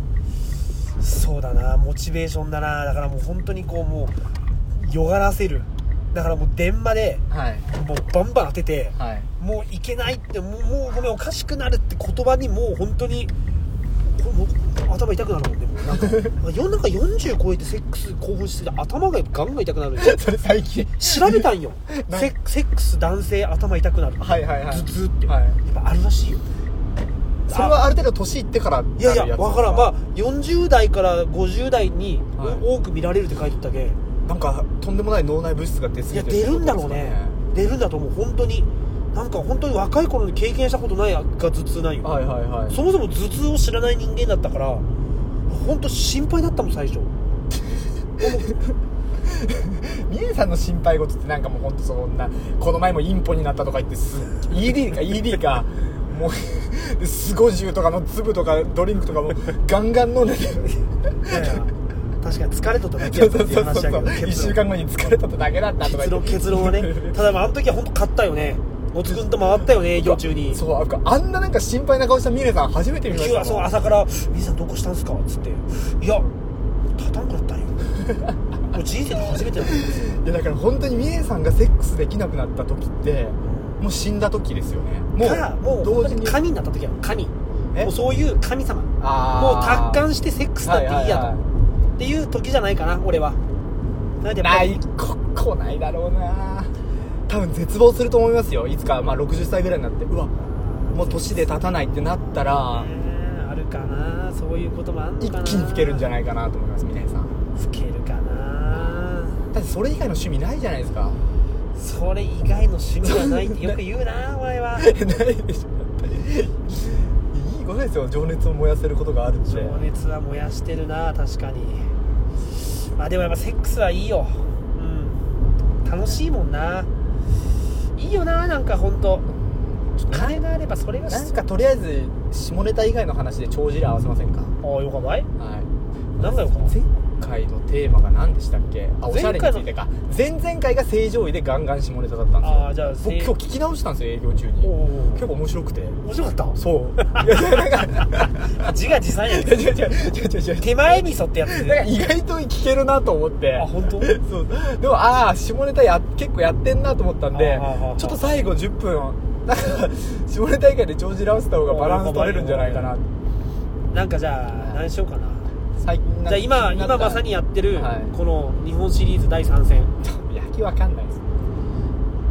[SPEAKER 1] そうだなモチベーションだなだからもう本当にこうもうよがらせるだからもう電話で
[SPEAKER 2] はい
[SPEAKER 1] もうバンバン当てて
[SPEAKER 2] はい
[SPEAKER 1] もういけないってもうもうごめんおかしくなるって言葉にもう本当にこもう頭痛くなるもんねもうなんか 世の中40超えてセックス興奮してて頭がガンガン痛くなる
[SPEAKER 2] それ最近
[SPEAKER 1] 調べたんよ
[SPEAKER 2] な
[SPEAKER 1] セセックス男性頭痛くなる
[SPEAKER 2] はいはいはい
[SPEAKER 1] 頭痛って、
[SPEAKER 2] はい
[SPEAKER 1] やっぱあるらしいよ
[SPEAKER 2] それはある程度年いってから
[SPEAKER 1] いやいやわ
[SPEAKER 2] わ
[SPEAKER 1] からんまあ40代から50代に
[SPEAKER 2] はい
[SPEAKER 1] 多く見られるって書いてたけ、
[SPEAKER 2] なんかとんでもない脳内物質が出過ぎ
[SPEAKER 1] い、
[SPEAKER 2] て
[SPEAKER 1] や出
[SPEAKER 2] る
[SPEAKER 1] るんだろうね
[SPEAKER 2] って
[SPEAKER 1] 出るんだと思う本当になんか本当に若い頃に経験したことないが頭痛なんよ、
[SPEAKER 2] ことですかねはいはいはい
[SPEAKER 1] そもそも頭痛を知らない人間だったから本当心配だったもん最初
[SPEAKER 2] ミネさんの心配事ってなんかもうほんとそんなこの前もインポになったとか言ってす ED か ED かもうでスゴジュとかの粒とかドリンクとかもガンガン飲んでて
[SPEAKER 1] 確かに疲れとっただけ
[SPEAKER 2] そ
[SPEAKER 1] や
[SPEAKER 2] う
[SPEAKER 1] った
[SPEAKER 2] そ
[SPEAKER 1] って
[SPEAKER 2] う
[SPEAKER 1] い
[SPEAKER 2] そうう
[SPEAKER 1] 話だけど
[SPEAKER 2] 1
[SPEAKER 1] 結
[SPEAKER 2] 週間後に疲れただけだったとか言っ
[SPEAKER 1] 論
[SPEAKER 2] て
[SPEAKER 1] 結論はね ただまああの時は本当買ったよねもつくんと回ったよね営業中に
[SPEAKER 2] そうあんななんか心配な顔したミネさん初めて見ました
[SPEAKER 1] 急
[SPEAKER 2] もん
[SPEAKER 1] はそう朝から「みさんどこしたんすか?」っつって「いや立たんくな ったんよ」もう人生で初めてだもん
[SPEAKER 2] いやだから本当にミネさんがセックスできなくなった時ってもう死んだ時ですよねも
[SPEAKER 1] からもう本
[SPEAKER 2] う同
[SPEAKER 1] 当
[SPEAKER 2] 時
[SPEAKER 1] に
[SPEAKER 2] に
[SPEAKER 1] 神になった時は神
[SPEAKER 2] え
[SPEAKER 1] もうそういう神様もう
[SPEAKER 2] あ
[SPEAKER 1] 達
[SPEAKER 2] ー
[SPEAKER 1] 観してセックスだっていいやと、
[SPEAKER 2] ははは
[SPEAKER 1] っていう時じゃないかな俺はなんでやっぱ
[SPEAKER 2] な
[SPEAKER 1] り
[SPEAKER 2] いこ来ないだろうな多分絶望すると思いますよいつか、まあ、60歳ぐらいになってうわもう年で経たないってなったら
[SPEAKER 1] ねあるかなそういうこともあんのか
[SPEAKER 2] 一
[SPEAKER 1] な
[SPEAKER 2] 気に老けるんじゃ
[SPEAKER 1] ない
[SPEAKER 2] ないかなと思います皆さん
[SPEAKER 1] 老けるかな
[SPEAKER 2] だってそれ以外の趣味ないじゃないですか
[SPEAKER 1] それ以外の趣味がないってよく言うなお前 は
[SPEAKER 2] ないでしょだっていいことですよ情熱を燃やせることがあるって
[SPEAKER 1] 情熱は燃やしてるな確かにまあでもやっぱセックスはいいようん楽しいもんないいよななんか本当金があればそれが
[SPEAKER 2] なんかとりあえず下ネタ以外の話で帳尻合わせませんか
[SPEAKER 1] ああよかばい
[SPEAKER 2] はい
[SPEAKER 1] 何だよか
[SPEAKER 2] 前回のテーマが何でしたっけあおしゃれにつ
[SPEAKER 1] 前回の
[SPEAKER 2] いてか前々回が正常位でガンガン下ネタだったんですよ
[SPEAKER 1] あーじゃあせ
[SPEAKER 2] 僕
[SPEAKER 1] い
[SPEAKER 2] 今日聞き直したんですよ営業中
[SPEAKER 1] お
[SPEAKER 2] に
[SPEAKER 1] お
[SPEAKER 2] 結構面白くて
[SPEAKER 1] 面白かった
[SPEAKER 2] そういやいやなんか
[SPEAKER 1] 自画自賛や
[SPEAKER 2] い
[SPEAKER 1] ね
[SPEAKER 2] や違う違う違う違う違う
[SPEAKER 1] 手前味噌ってや つ
[SPEAKER 2] なんか意外と聞けるなと思って
[SPEAKER 1] あ本当
[SPEAKER 2] そうでもああ下ネタや結構やってんなと思ったんで
[SPEAKER 1] あーはーはーはー
[SPEAKER 2] ちょっと最後10分なんか下ネタ以外で帳尻合わせた方がバランス取れるんじゃないかな
[SPEAKER 1] なんかじゃあ何しようかな
[SPEAKER 2] 最近なん
[SPEAKER 1] じゃ
[SPEAKER 2] か
[SPEAKER 1] あ今
[SPEAKER 2] 気にな
[SPEAKER 1] 今
[SPEAKER 2] った
[SPEAKER 1] まさにやってる
[SPEAKER 2] はい
[SPEAKER 1] この日本シリーズ第3戦
[SPEAKER 2] 野球わかんないで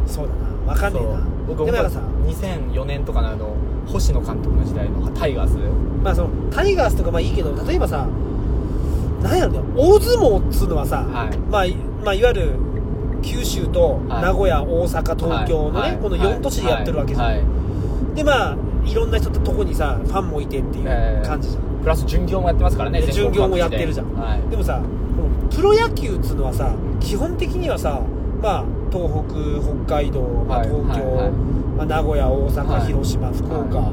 [SPEAKER 2] す
[SPEAKER 1] そうだな分かんねえ
[SPEAKER 2] そう
[SPEAKER 1] な
[SPEAKER 2] 僕
[SPEAKER 1] でもなんかさ
[SPEAKER 2] 2004年とかのあの星野監督の時代のタイガース
[SPEAKER 1] まあそのタイガースとかまあいいけど例えばさなんやろね大相撲っつうのはさ、
[SPEAKER 2] はい
[SPEAKER 1] まあい、まあいわゆる九州と
[SPEAKER 2] はい
[SPEAKER 1] 名古屋、大阪東京のね、
[SPEAKER 2] はい
[SPEAKER 1] この
[SPEAKER 2] はい
[SPEAKER 1] 4都市でやってるわけじゃん、
[SPEAKER 2] はいはい
[SPEAKER 1] でまあいろんな人ってとこにさファンもいてってい
[SPEAKER 2] え
[SPEAKER 1] う
[SPEAKER 2] え
[SPEAKER 1] 感じじゃん、
[SPEAKER 2] プラス巡業もやってますからね
[SPEAKER 1] で
[SPEAKER 2] 全国各地
[SPEAKER 1] 巡業もやってるじゃん
[SPEAKER 2] はい
[SPEAKER 1] でもさこのプロ野球っつうのはさ基本的にはさまあ東北北海道、まあ、
[SPEAKER 2] はい
[SPEAKER 1] 東京、
[SPEAKER 2] はいはい
[SPEAKER 1] まあ、名古屋大阪、
[SPEAKER 2] はい
[SPEAKER 1] 広島福岡、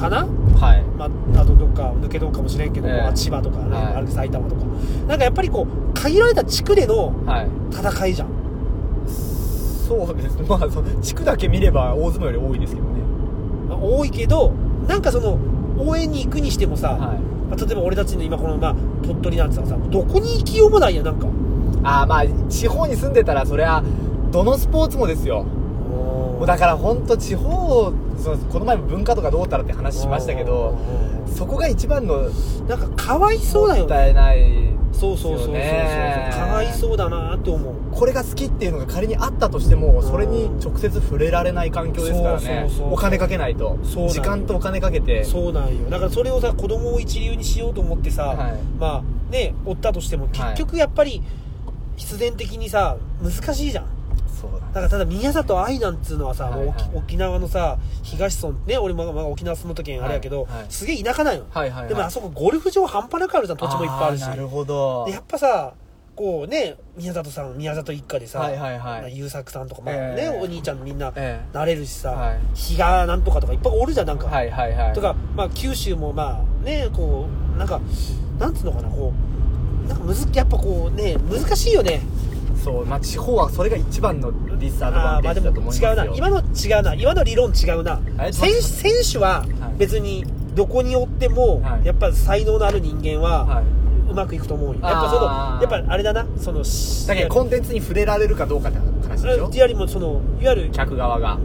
[SPEAKER 1] かな、
[SPEAKER 2] はい
[SPEAKER 1] まあ、あとどっか抜けとくかもしれんけど、
[SPEAKER 2] ええ
[SPEAKER 1] まあ千葉とかね、
[SPEAKER 2] はい
[SPEAKER 1] ある埼玉とかなんかやっぱりこう限られた地区での
[SPEAKER 2] はい
[SPEAKER 1] 戦いじゃん
[SPEAKER 2] そうですまあその地区だけ見れば大相撲より多いですけどね
[SPEAKER 1] まあ多いけどなんかその応援に行くにしてもさ、
[SPEAKER 2] はい
[SPEAKER 1] まあ、例えば俺たちの今この、まあ、鳥取なんてさどこに行きようもないやんなんか
[SPEAKER 2] ああまあ地方に住んでたらそりゃどのスポーツもですよもうだから本当地方そのこの前も文化とかどうたらって話しましたけどそこが一番の
[SPEAKER 1] なんかかわいそうだよ
[SPEAKER 2] もっ
[SPEAKER 1] ね
[SPEAKER 2] たいない
[SPEAKER 1] そうそうそうそうそう、
[SPEAKER 2] ね
[SPEAKER 1] かわいそうだなって思う
[SPEAKER 2] これが好きっていうのが仮にあったとして
[SPEAKER 1] う
[SPEAKER 2] も
[SPEAKER 1] ん
[SPEAKER 2] それに直接触れられない環境ですから
[SPEAKER 1] そ
[SPEAKER 2] ね
[SPEAKER 1] うそうそう
[SPEAKER 2] お金かけないと
[SPEAKER 1] そうなの
[SPEAKER 2] 時間とお金かけて
[SPEAKER 1] そうなんよだからそれをさ子供を一流にしようと思ってさ、
[SPEAKER 2] はい
[SPEAKER 1] まあね追ったとしても結局やっぱり必然的にさ難しいじゃん
[SPEAKER 2] そうだ
[SPEAKER 1] だからただ宮里藍なんつうのはさ、
[SPEAKER 2] は
[SPEAKER 1] も
[SPEAKER 2] い
[SPEAKER 1] う沖
[SPEAKER 2] はい
[SPEAKER 1] 沖縄のさ東村ね俺も、まあ、沖縄住んだ時はあれやけど、
[SPEAKER 2] はいはい
[SPEAKER 1] すげえ田舎なんよ、
[SPEAKER 2] はいはいはい
[SPEAKER 1] でもあそこゴルフ場半端なくあるじゃん土地もいっぱいあるし
[SPEAKER 2] ーなるほど
[SPEAKER 1] でやっぱさこうね宮里さん宮里一家でさ、
[SPEAKER 2] はいはいはい
[SPEAKER 1] まあ優作さんとか、まあ
[SPEAKER 2] え
[SPEAKER 1] ね
[SPEAKER 2] え
[SPEAKER 1] お兄ちゃんみんな
[SPEAKER 2] ええ
[SPEAKER 1] なれるしさ、
[SPEAKER 2] はい
[SPEAKER 1] 比嘉なんとかとかいっぱいおるじゃんなんか、
[SPEAKER 2] はいはいはい
[SPEAKER 1] とか、まあ、九州もまあねこうなんかなんつうのかなこうなんかむずやっぱこうね難しいよね
[SPEAKER 2] そうまあ地方はそれが一番のディスアドバ
[SPEAKER 1] あー
[SPEAKER 2] ンテ
[SPEAKER 1] まあ
[SPEAKER 2] ー
[SPEAKER 1] で
[SPEAKER 2] ジ
[SPEAKER 1] も
[SPEAKER 2] だと思いますよ
[SPEAKER 1] 違うな今の違うな今の理論違うな
[SPEAKER 2] あれ
[SPEAKER 1] 選手選手は
[SPEAKER 2] はい
[SPEAKER 1] 別にどこにおっても、
[SPEAKER 2] はい
[SPEAKER 1] やっぱ才能のある人間は
[SPEAKER 2] はいう
[SPEAKER 1] まくいくと思うよやっぱその
[SPEAKER 2] あー
[SPEAKER 1] やっぱあれだなそのし
[SPEAKER 2] だけどコンテンツに触れられるかどうかって話でしょ
[SPEAKER 1] っていうよりもそのいわゆる
[SPEAKER 2] 客側が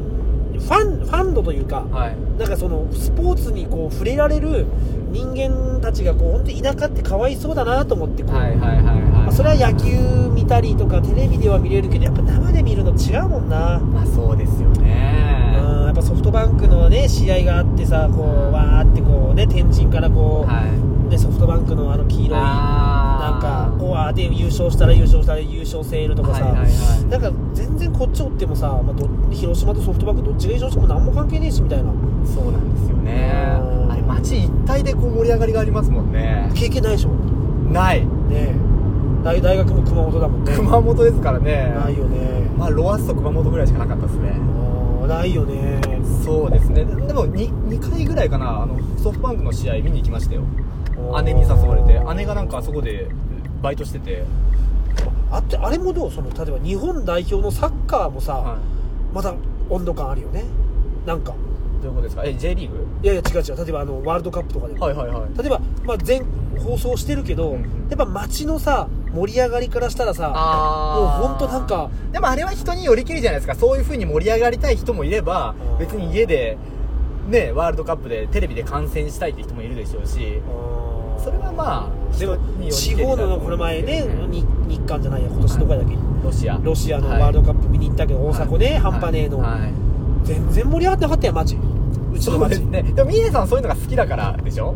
[SPEAKER 1] ファンファンドというか、
[SPEAKER 2] はい
[SPEAKER 1] なんかそのスポーツにこう触れられる人間たちがこう本当に田舎ってかわいそうだなと思ってこう、
[SPEAKER 2] はいはいはい
[SPEAKER 1] まあ
[SPEAKER 2] はい
[SPEAKER 1] それは野球見たりとかテレビでは見れるけどやっぱ生で見るの違うもんな、
[SPEAKER 2] まあそうですよ
[SPEAKER 1] うん、
[SPEAKER 2] ね
[SPEAKER 1] やっぱソフトバンクのね試合があってさこうわーってこうね天神からこう、
[SPEAKER 2] はい
[SPEAKER 1] ね、ソフトバンクのあの黄色いな
[SPEAKER 2] あ
[SPEAKER 1] んかこう
[SPEAKER 2] い
[SPEAKER 1] わーで優勝したら優勝したら優勝セールとかさ、
[SPEAKER 2] はいはいはい
[SPEAKER 1] なんか全然こっちおってもさ、まあど広島とソフトバンクどっちが優勝しても何も関係ねえしみたいな
[SPEAKER 2] そうなんですよね
[SPEAKER 1] うん
[SPEAKER 2] あれ街一体でこう盛り上がりがありますもんね
[SPEAKER 1] 経験ないでしょ
[SPEAKER 2] ない
[SPEAKER 1] ねえ大大学も熊本だもんね
[SPEAKER 2] 熊本ですからね
[SPEAKER 1] ないよね
[SPEAKER 2] まあロアッソ熊本ぐらいしかなかったですね
[SPEAKER 1] あーないよね
[SPEAKER 2] そうですねででも 2, 2回ぐらいかなあのソフトバンクの試合見に行きましたよ姉に誘われて姉がなんかあそこでバイトしてて、
[SPEAKER 1] あってあれもどうその例えば日本代表のサッカーもさ、まだ温度感あるよねなんか
[SPEAKER 2] どういうことですかえ J リーグ
[SPEAKER 1] いやいや違う違う例えばあのワールドカップとかでも、
[SPEAKER 2] はいはいはい
[SPEAKER 1] 例えば、まあ、全放送してるけど、
[SPEAKER 2] うんうん
[SPEAKER 1] やっぱ街のさ盛り上がりからしたらさ
[SPEAKER 2] あ
[SPEAKER 1] もうほんとなんか
[SPEAKER 2] でもあれは人によりきりじゃないですかそういう風に盛り上がりたい人もいれば
[SPEAKER 1] うん
[SPEAKER 2] 別に家でねワールドカップでテレビで観戦したいって人もいるでしょうしそれはまあ
[SPEAKER 1] でも
[SPEAKER 2] 人によりけ
[SPEAKER 1] 地
[SPEAKER 2] りだと
[SPEAKER 1] 方
[SPEAKER 2] 思
[SPEAKER 1] の
[SPEAKER 2] うんですけどね
[SPEAKER 1] この前ね日日韓じゃないや今年どこやだっけ、
[SPEAKER 2] ロシア
[SPEAKER 1] ロシアの
[SPEAKER 2] はい
[SPEAKER 1] ワールドカップ見に行ったけど、大迫ね、半端ねえの、
[SPEAKER 2] はいはい
[SPEAKER 1] 全然盛り上がってなかったよマジうちの
[SPEAKER 2] そう
[SPEAKER 1] 街
[SPEAKER 2] ですねでも峰さんはそういうのが好きだからでしょ、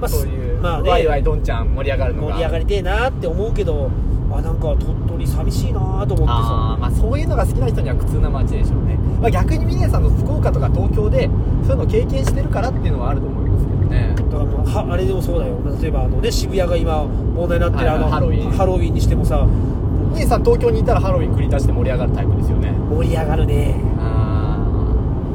[SPEAKER 1] まあ
[SPEAKER 2] そういう、
[SPEAKER 1] まあね
[SPEAKER 2] ワイワイどんちゃん盛り上がるのが
[SPEAKER 1] 盛り上がりてえなって思うけどあなんか鳥取寂しいなと思ってさ
[SPEAKER 2] あーまあそういうのが好きな人には苦痛な街でしょうね、まあ、逆に峰さんの福岡とか東京でそういうのを経験してるからっていうのはあると思いますけどね
[SPEAKER 1] だからもうはあれでもそうだよ例えばあの、ね、渋谷が今問題になってる
[SPEAKER 2] はい
[SPEAKER 1] あの
[SPEAKER 2] ハロウィーン
[SPEAKER 1] ハロウィンにしてもさ
[SPEAKER 2] 峰さん東京にいたらハロウィン繰り出して盛り上がるタイプですよね
[SPEAKER 1] 盛り上がるね
[SPEAKER 2] あ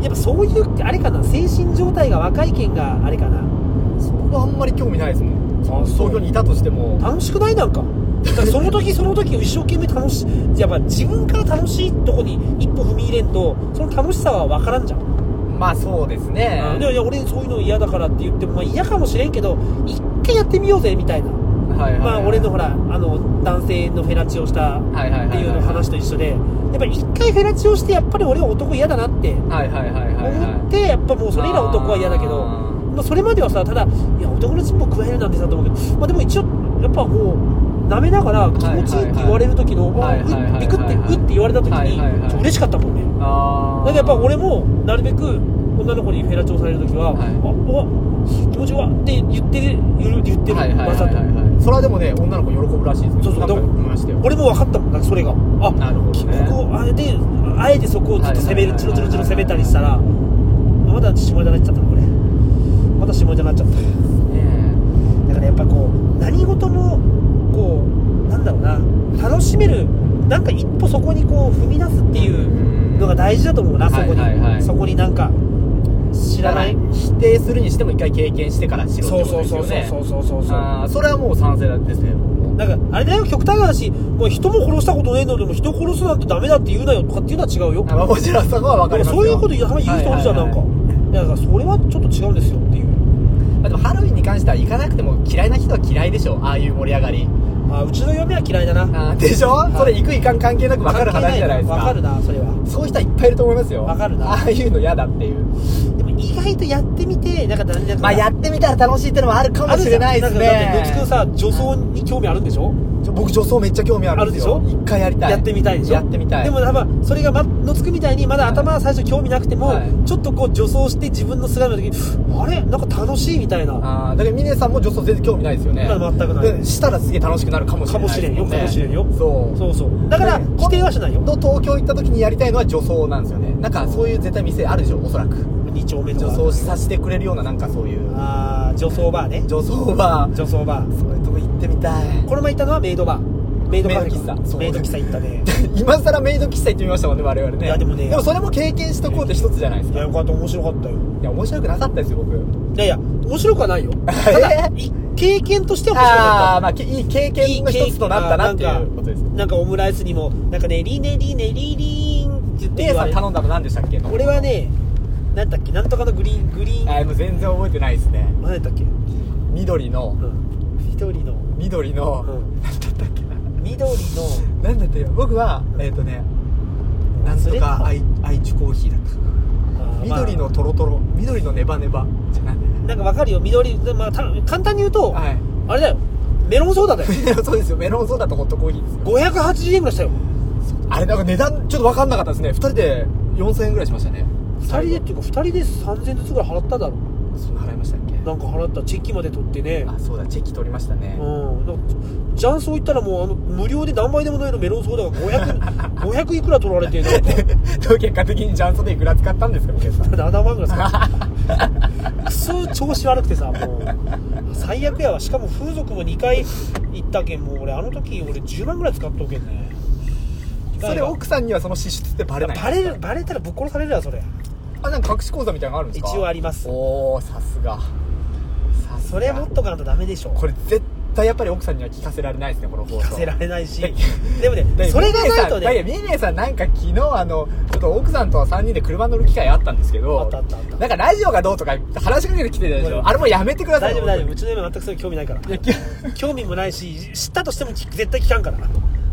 [SPEAKER 1] やっぱそういうあれかな精神状態が若い県があれかな
[SPEAKER 2] あそこはあんまり興味ないですもん
[SPEAKER 1] そう
[SPEAKER 2] 東京にいたとしても
[SPEAKER 1] 楽しくないなんかだからその時その時を一生懸命楽しいやっぱ自分から楽しいとこに一歩踏み入れんとその楽しさは分からんじゃん
[SPEAKER 2] まあそうですね
[SPEAKER 1] うんでもいや俺そういうの嫌だからって言っても、まあ、嫌かもしれんけど一回やってみようぜみたいな、
[SPEAKER 2] はいはい
[SPEAKER 1] まあ俺のほらあの男性のフェラチオしたっ
[SPEAKER 2] はいはいはいはい
[SPEAKER 1] ていうの話と一緒でやっぱり一回フェラチオしてやっぱり俺は男嫌だなって
[SPEAKER 2] はいはいはいはいはい
[SPEAKER 1] 思ってやっぱもうそれ以来男は嫌だけど
[SPEAKER 2] あー
[SPEAKER 1] まあ、それまではさただいや男のチンポ食えるなんてさと思うけど、まあ、でも一応やっぱこう舐めながら気持ちいいって言われる時の
[SPEAKER 2] はいはいはい
[SPEAKER 1] わあうっビクって
[SPEAKER 2] はいはいはいう
[SPEAKER 1] って言われた時
[SPEAKER 2] はいはい
[SPEAKER 1] に
[SPEAKER 2] はい
[SPEAKER 1] ちょ嬉しかったもんね
[SPEAKER 2] あ
[SPEAKER 1] だ
[SPEAKER 2] あ
[SPEAKER 1] からやっぱ俺もなるべく女の子にフェラチョされる時は、
[SPEAKER 2] はい
[SPEAKER 1] ああ気持ちいいわって言ってる言言ってる、
[SPEAKER 2] はいはいはい
[SPEAKER 1] わざ
[SPEAKER 2] はい
[SPEAKER 1] と
[SPEAKER 2] はいそれはでもね女の子喜ぶらしいですね
[SPEAKER 1] そうそう
[SPEAKER 2] なんか
[SPEAKER 1] でも
[SPEAKER 2] 見ましたよ
[SPEAKER 1] 俺も分かったもんなんかそれがあ
[SPEAKER 2] なるほどね
[SPEAKER 1] ここあえてあえてそこをずっと攻める
[SPEAKER 2] はい
[SPEAKER 1] チ
[SPEAKER 2] はい
[SPEAKER 1] ロ
[SPEAKER 2] はいはい
[SPEAKER 1] チロチロ攻めたりしたらまだ下ネタになっちゃったのこれまだ下ネタになっちゃった
[SPEAKER 2] ね
[SPEAKER 1] だからやっぱこう何事もこうなんだろうな楽しめるなんか一歩そこにこう踏み出すっていうのが大事だと思うなそこに、
[SPEAKER 2] はいはいはい
[SPEAKER 1] そこになんか知
[SPEAKER 2] 知
[SPEAKER 1] ら
[SPEAKER 2] ら
[SPEAKER 1] な
[SPEAKER 2] ないい否定するにしても一回経験してからしろって
[SPEAKER 1] そう
[SPEAKER 2] こと
[SPEAKER 1] そう
[SPEAKER 2] です
[SPEAKER 1] そう
[SPEAKER 2] よ
[SPEAKER 1] そう
[SPEAKER 2] ね
[SPEAKER 1] そうそうそうそう
[SPEAKER 2] あーそれはもう賛成なんですね
[SPEAKER 1] なんかあれだよ極端な話もう人も殺したことねえのにも人殺すなんてダメだって言うなよとかっていうのは違うよ
[SPEAKER 2] あまあもちろんそこは分か
[SPEAKER 1] で
[SPEAKER 2] り
[SPEAKER 1] も
[SPEAKER 2] ます
[SPEAKER 1] そ
[SPEAKER 2] よ
[SPEAKER 1] ういうこと言うたまに言う人おるじゃん、
[SPEAKER 2] はいはいはい
[SPEAKER 1] なんかいやだからそれはちょっと違うんですよっていう
[SPEAKER 2] まあでもハロウィンに関しては行かなくても嫌いな人は嫌いでしょああいう盛り上がり
[SPEAKER 1] あうちの嫁は嫌いだな
[SPEAKER 2] あーでしょ、
[SPEAKER 1] い
[SPEAKER 2] それ行く行かん関係なく分かる話じゃないですか
[SPEAKER 1] わかるなそれは
[SPEAKER 2] そういう人はいっぱいいると思いますよ
[SPEAKER 1] 分かるな
[SPEAKER 2] ああいうの嫌だっていう
[SPEAKER 1] でも意外とやってみてなんかだんだん
[SPEAKER 2] まあやってみたら楽しいってのもあるかもしれないです
[SPEAKER 1] あるじゃんなんかだって
[SPEAKER 2] ね
[SPEAKER 1] どっちかさ女装に興味あるんでしょ
[SPEAKER 2] ちょ僕女装めっちゃ興味あるんですよ
[SPEAKER 1] あるでし
[SPEAKER 2] 一回やりたい
[SPEAKER 1] やってみたいでしょ
[SPEAKER 2] やってみたい
[SPEAKER 1] でも多分それがまのつくみたいにまだ頭は最初興味なくても、
[SPEAKER 2] はい
[SPEAKER 1] ちょっとこう助走して自分の姿の時にあれなんか楽しいみたいな
[SPEAKER 2] あーだから峰さんも女装全然興味ないですよね
[SPEAKER 1] まあ全くない
[SPEAKER 2] でしたらすげえ楽しくなるかもしれないですね
[SPEAKER 1] かもしれんよかもしれんよ
[SPEAKER 2] そう
[SPEAKER 1] そうそうだから
[SPEAKER 2] ね
[SPEAKER 1] 否定はしないよ
[SPEAKER 2] と東京行った時にやりたいのは女装なんですよねなんかそういう絶対店あるでしょおそらく
[SPEAKER 1] 2丁目と
[SPEAKER 2] 女
[SPEAKER 1] か
[SPEAKER 2] 装させてくれるようななんかそういう
[SPEAKER 1] ああ女装バーね
[SPEAKER 2] 女装は
[SPEAKER 1] 女装バー
[SPEAKER 2] そういうとこ行ってみたい
[SPEAKER 1] この前行ったのはメイドバーメイドカフェか
[SPEAKER 2] メイド喫茶そう
[SPEAKER 1] メイド喫茶行ったね
[SPEAKER 2] 今更メイド喫茶行ってみましたもんね我々ね
[SPEAKER 1] いやでもね
[SPEAKER 2] でもそれも経験しとこうって一つじゃ ないです
[SPEAKER 1] い
[SPEAKER 2] か
[SPEAKER 1] やよかった面白かったよ
[SPEAKER 2] いや面白くなかったですよ僕
[SPEAKER 1] いやいや面白くは ないよただい経験としては面白かった
[SPEAKER 2] ああーまあけいい経験の一つとなったなっていうことです
[SPEAKER 1] なんかなんかオムライスにもなんかねリネリネリリーンって言って
[SPEAKER 2] 姉
[SPEAKER 1] 言わ
[SPEAKER 2] さ
[SPEAKER 1] れ
[SPEAKER 2] ん
[SPEAKER 1] る
[SPEAKER 2] 頼んだの何でしたっけ
[SPEAKER 1] 俺はねなんだっけなんとかのグリーングリーン
[SPEAKER 2] あーもう全然覚えてないですね
[SPEAKER 1] 何だったっけ、う
[SPEAKER 2] 緑の
[SPEAKER 1] ん、緑の、
[SPEAKER 2] 緑
[SPEAKER 1] う
[SPEAKER 2] の、
[SPEAKER 1] ん、
[SPEAKER 2] 何だったっけな
[SPEAKER 1] 緑の
[SPEAKER 2] なんだって僕はえっ、とねなんとか愛愛知コーヒーだった
[SPEAKER 1] あーまあ
[SPEAKER 2] 緑のトロトロ緑のネバネバじゃない
[SPEAKER 1] なんかわかるよ緑、まあ、た簡単に言うと、
[SPEAKER 2] はい
[SPEAKER 1] あれだよメロンソーダだよ
[SPEAKER 2] そうですよメロンソーダとホットコーヒーですよ
[SPEAKER 1] 580円ぐらいしたよ
[SPEAKER 2] あれなんか値段ちょっと分かんなかったですね2人で4000円ぐらいしましたね
[SPEAKER 1] 2人でっていうか2人で3000円ずつぐらい払っただろ
[SPEAKER 2] そんな払いましたっけ
[SPEAKER 1] なんか払ったチェキまで取ってね
[SPEAKER 2] あそうだチェキ取りましたね
[SPEAKER 1] うんなんかジャンソー行ったらもうあの無料で何倍でも飲めるメロンソーダが500 500いくら取られてなんか
[SPEAKER 2] でも結果的にジャンソでいくら使ったんですか皆さ ん
[SPEAKER 1] 7万ぐらいさくそ調子悪くてさもう最悪やわしかも風俗も2回行ったけんもう俺あの時俺10万ぐらい使っとけんね
[SPEAKER 2] それ奥さんにはその支出ってバレない
[SPEAKER 1] バレるバレたらぶっ殺されるわそれ
[SPEAKER 2] あなんか隠し口座みたいなのがあるんですか
[SPEAKER 1] 一応あります
[SPEAKER 2] おおさすがさすが
[SPEAKER 1] それ持っとかんとダメでしょ
[SPEAKER 2] これ絶対やっぱり奥さんには聞かせられないですねこの放送
[SPEAKER 1] 聞かせられないしでもね
[SPEAKER 2] で
[SPEAKER 1] それがないと
[SPEAKER 2] ミネさんいや
[SPEAKER 1] ね
[SPEAKER 2] ミネさんなんか昨日あのちょっと奥さんとは3人で車乗る機会あったんですけど
[SPEAKER 1] あったあったあった
[SPEAKER 2] なんかラジオがどうとか話しかけてきてたでし
[SPEAKER 1] う
[SPEAKER 2] ょ
[SPEAKER 1] ん
[SPEAKER 2] あれもうやめてくださ
[SPEAKER 1] 大
[SPEAKER 2] い
[SPEAKER 1] 丈夫大丈夫
[SPEAKER 2] 夫
[SPEAKER 1] うちの嫁全くそういう興味ないから
[SPEAKER 2] いやき
[SPEAKER 1] 興味もないし知ったとしても聞く絶対聞かんから
[SPEAKER 2] あ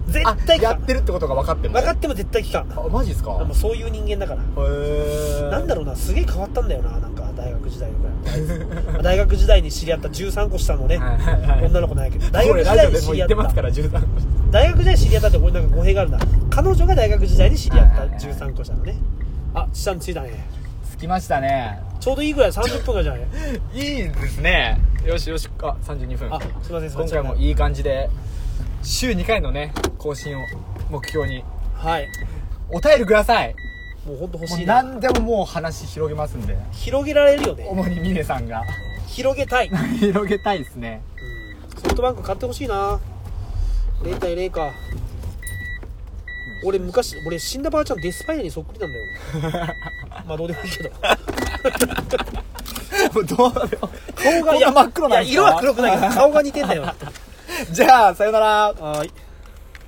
[SPEAKER 1] 絶対聞
[SPEAKER 2] や
[SPEAKER 1] か
[SPEAKER 2] って
[SPEAKER 1] ん
[SPEAKER 2] るってことが分かってる
[SPEAKER 1] 分かっても絶対聞かん
[SPEAKER 2] あマジですか
[SPEAKER 1] もうそういう人間だから
[SPEAKER 2] へえ
[SPEAKER 1] なんだろうなすげえ変わったんだよななんか大学時代と か大学時代に知り合った13個下のね
[SPEAKER 2] はいはいはい
[SPEAKER 1] 女の子なんやけど大
[SPEAKER 2] 大
[SPEAKER 1] 学時
[SPEAKER 2] 学
[SPEAKER 1] 代
[SPEAKER 2] 時代
[SPEAKER 1] に
[SPEAKER 2] で
[SPEAKER 1] 知
[SPEAKER 2] も
[SPEAKER 1] り
[SPEAKER 2] 言
[SPEAKER 1] 合
[SPEAKER 2] っ
[SPEAKER 1] って
[SPEAKER 2] ますか
[SPEAKER 1] た
[SPEAKER 2] ら13個
[SPEAKER 1] 大学時代に知り合ったって俺なんか語弊があるな彼女が大学時代に知り合った
[SPEAKER 2] はいはいはい
[SPEAKER 1] 13個下のねあ下に着いたね
[SPEAKER 2] 着きましたね
[SPEAKER 1] ちょうどいいぐらい30分ぐらいじゃない
[SPEAKER 2] いいですねよしよしあ32分
[SPEAKER 1] あすいません
[SPEAKER 2] 今回もいい感じで週2回のね更新を目標に
[SPEAKER 1] はい
[SPEAKER 2] お便りください
[SPEAKER 1] もうほんと欲
[SPEAKER 2] も
[SPEAKER 1] し
[SPEAKER 2] う
[SPEAKER 1] いな
[SPEAKER 2] 何でももう話広げますんで
[SPEAKER 1] 広げられるよね
[SPEAKER 2] 主にミネさんが
[SPEAKER 1] 広げたい
[SPEAKER 2] 広げたいですね
[SPEAKER 1] ソフトバンク買ってほしいな0対0か俺昔俺死んだばあちゃんデスパイアにそっくりなんだよまあどうでもいい けど
[SPEAKER 2] もうどうでも
[SPEAKER 1] 顔が
[SPEAKER 2] こんな真っ黒なんで
[SPEAKER 1] いや
[SPEAKER 2] すか
[SPEAKER 1] 色は黒くないけど顔が似てんだよ
[SPEAKER 2] じゃあさよなら
[SPEAKER 1] はい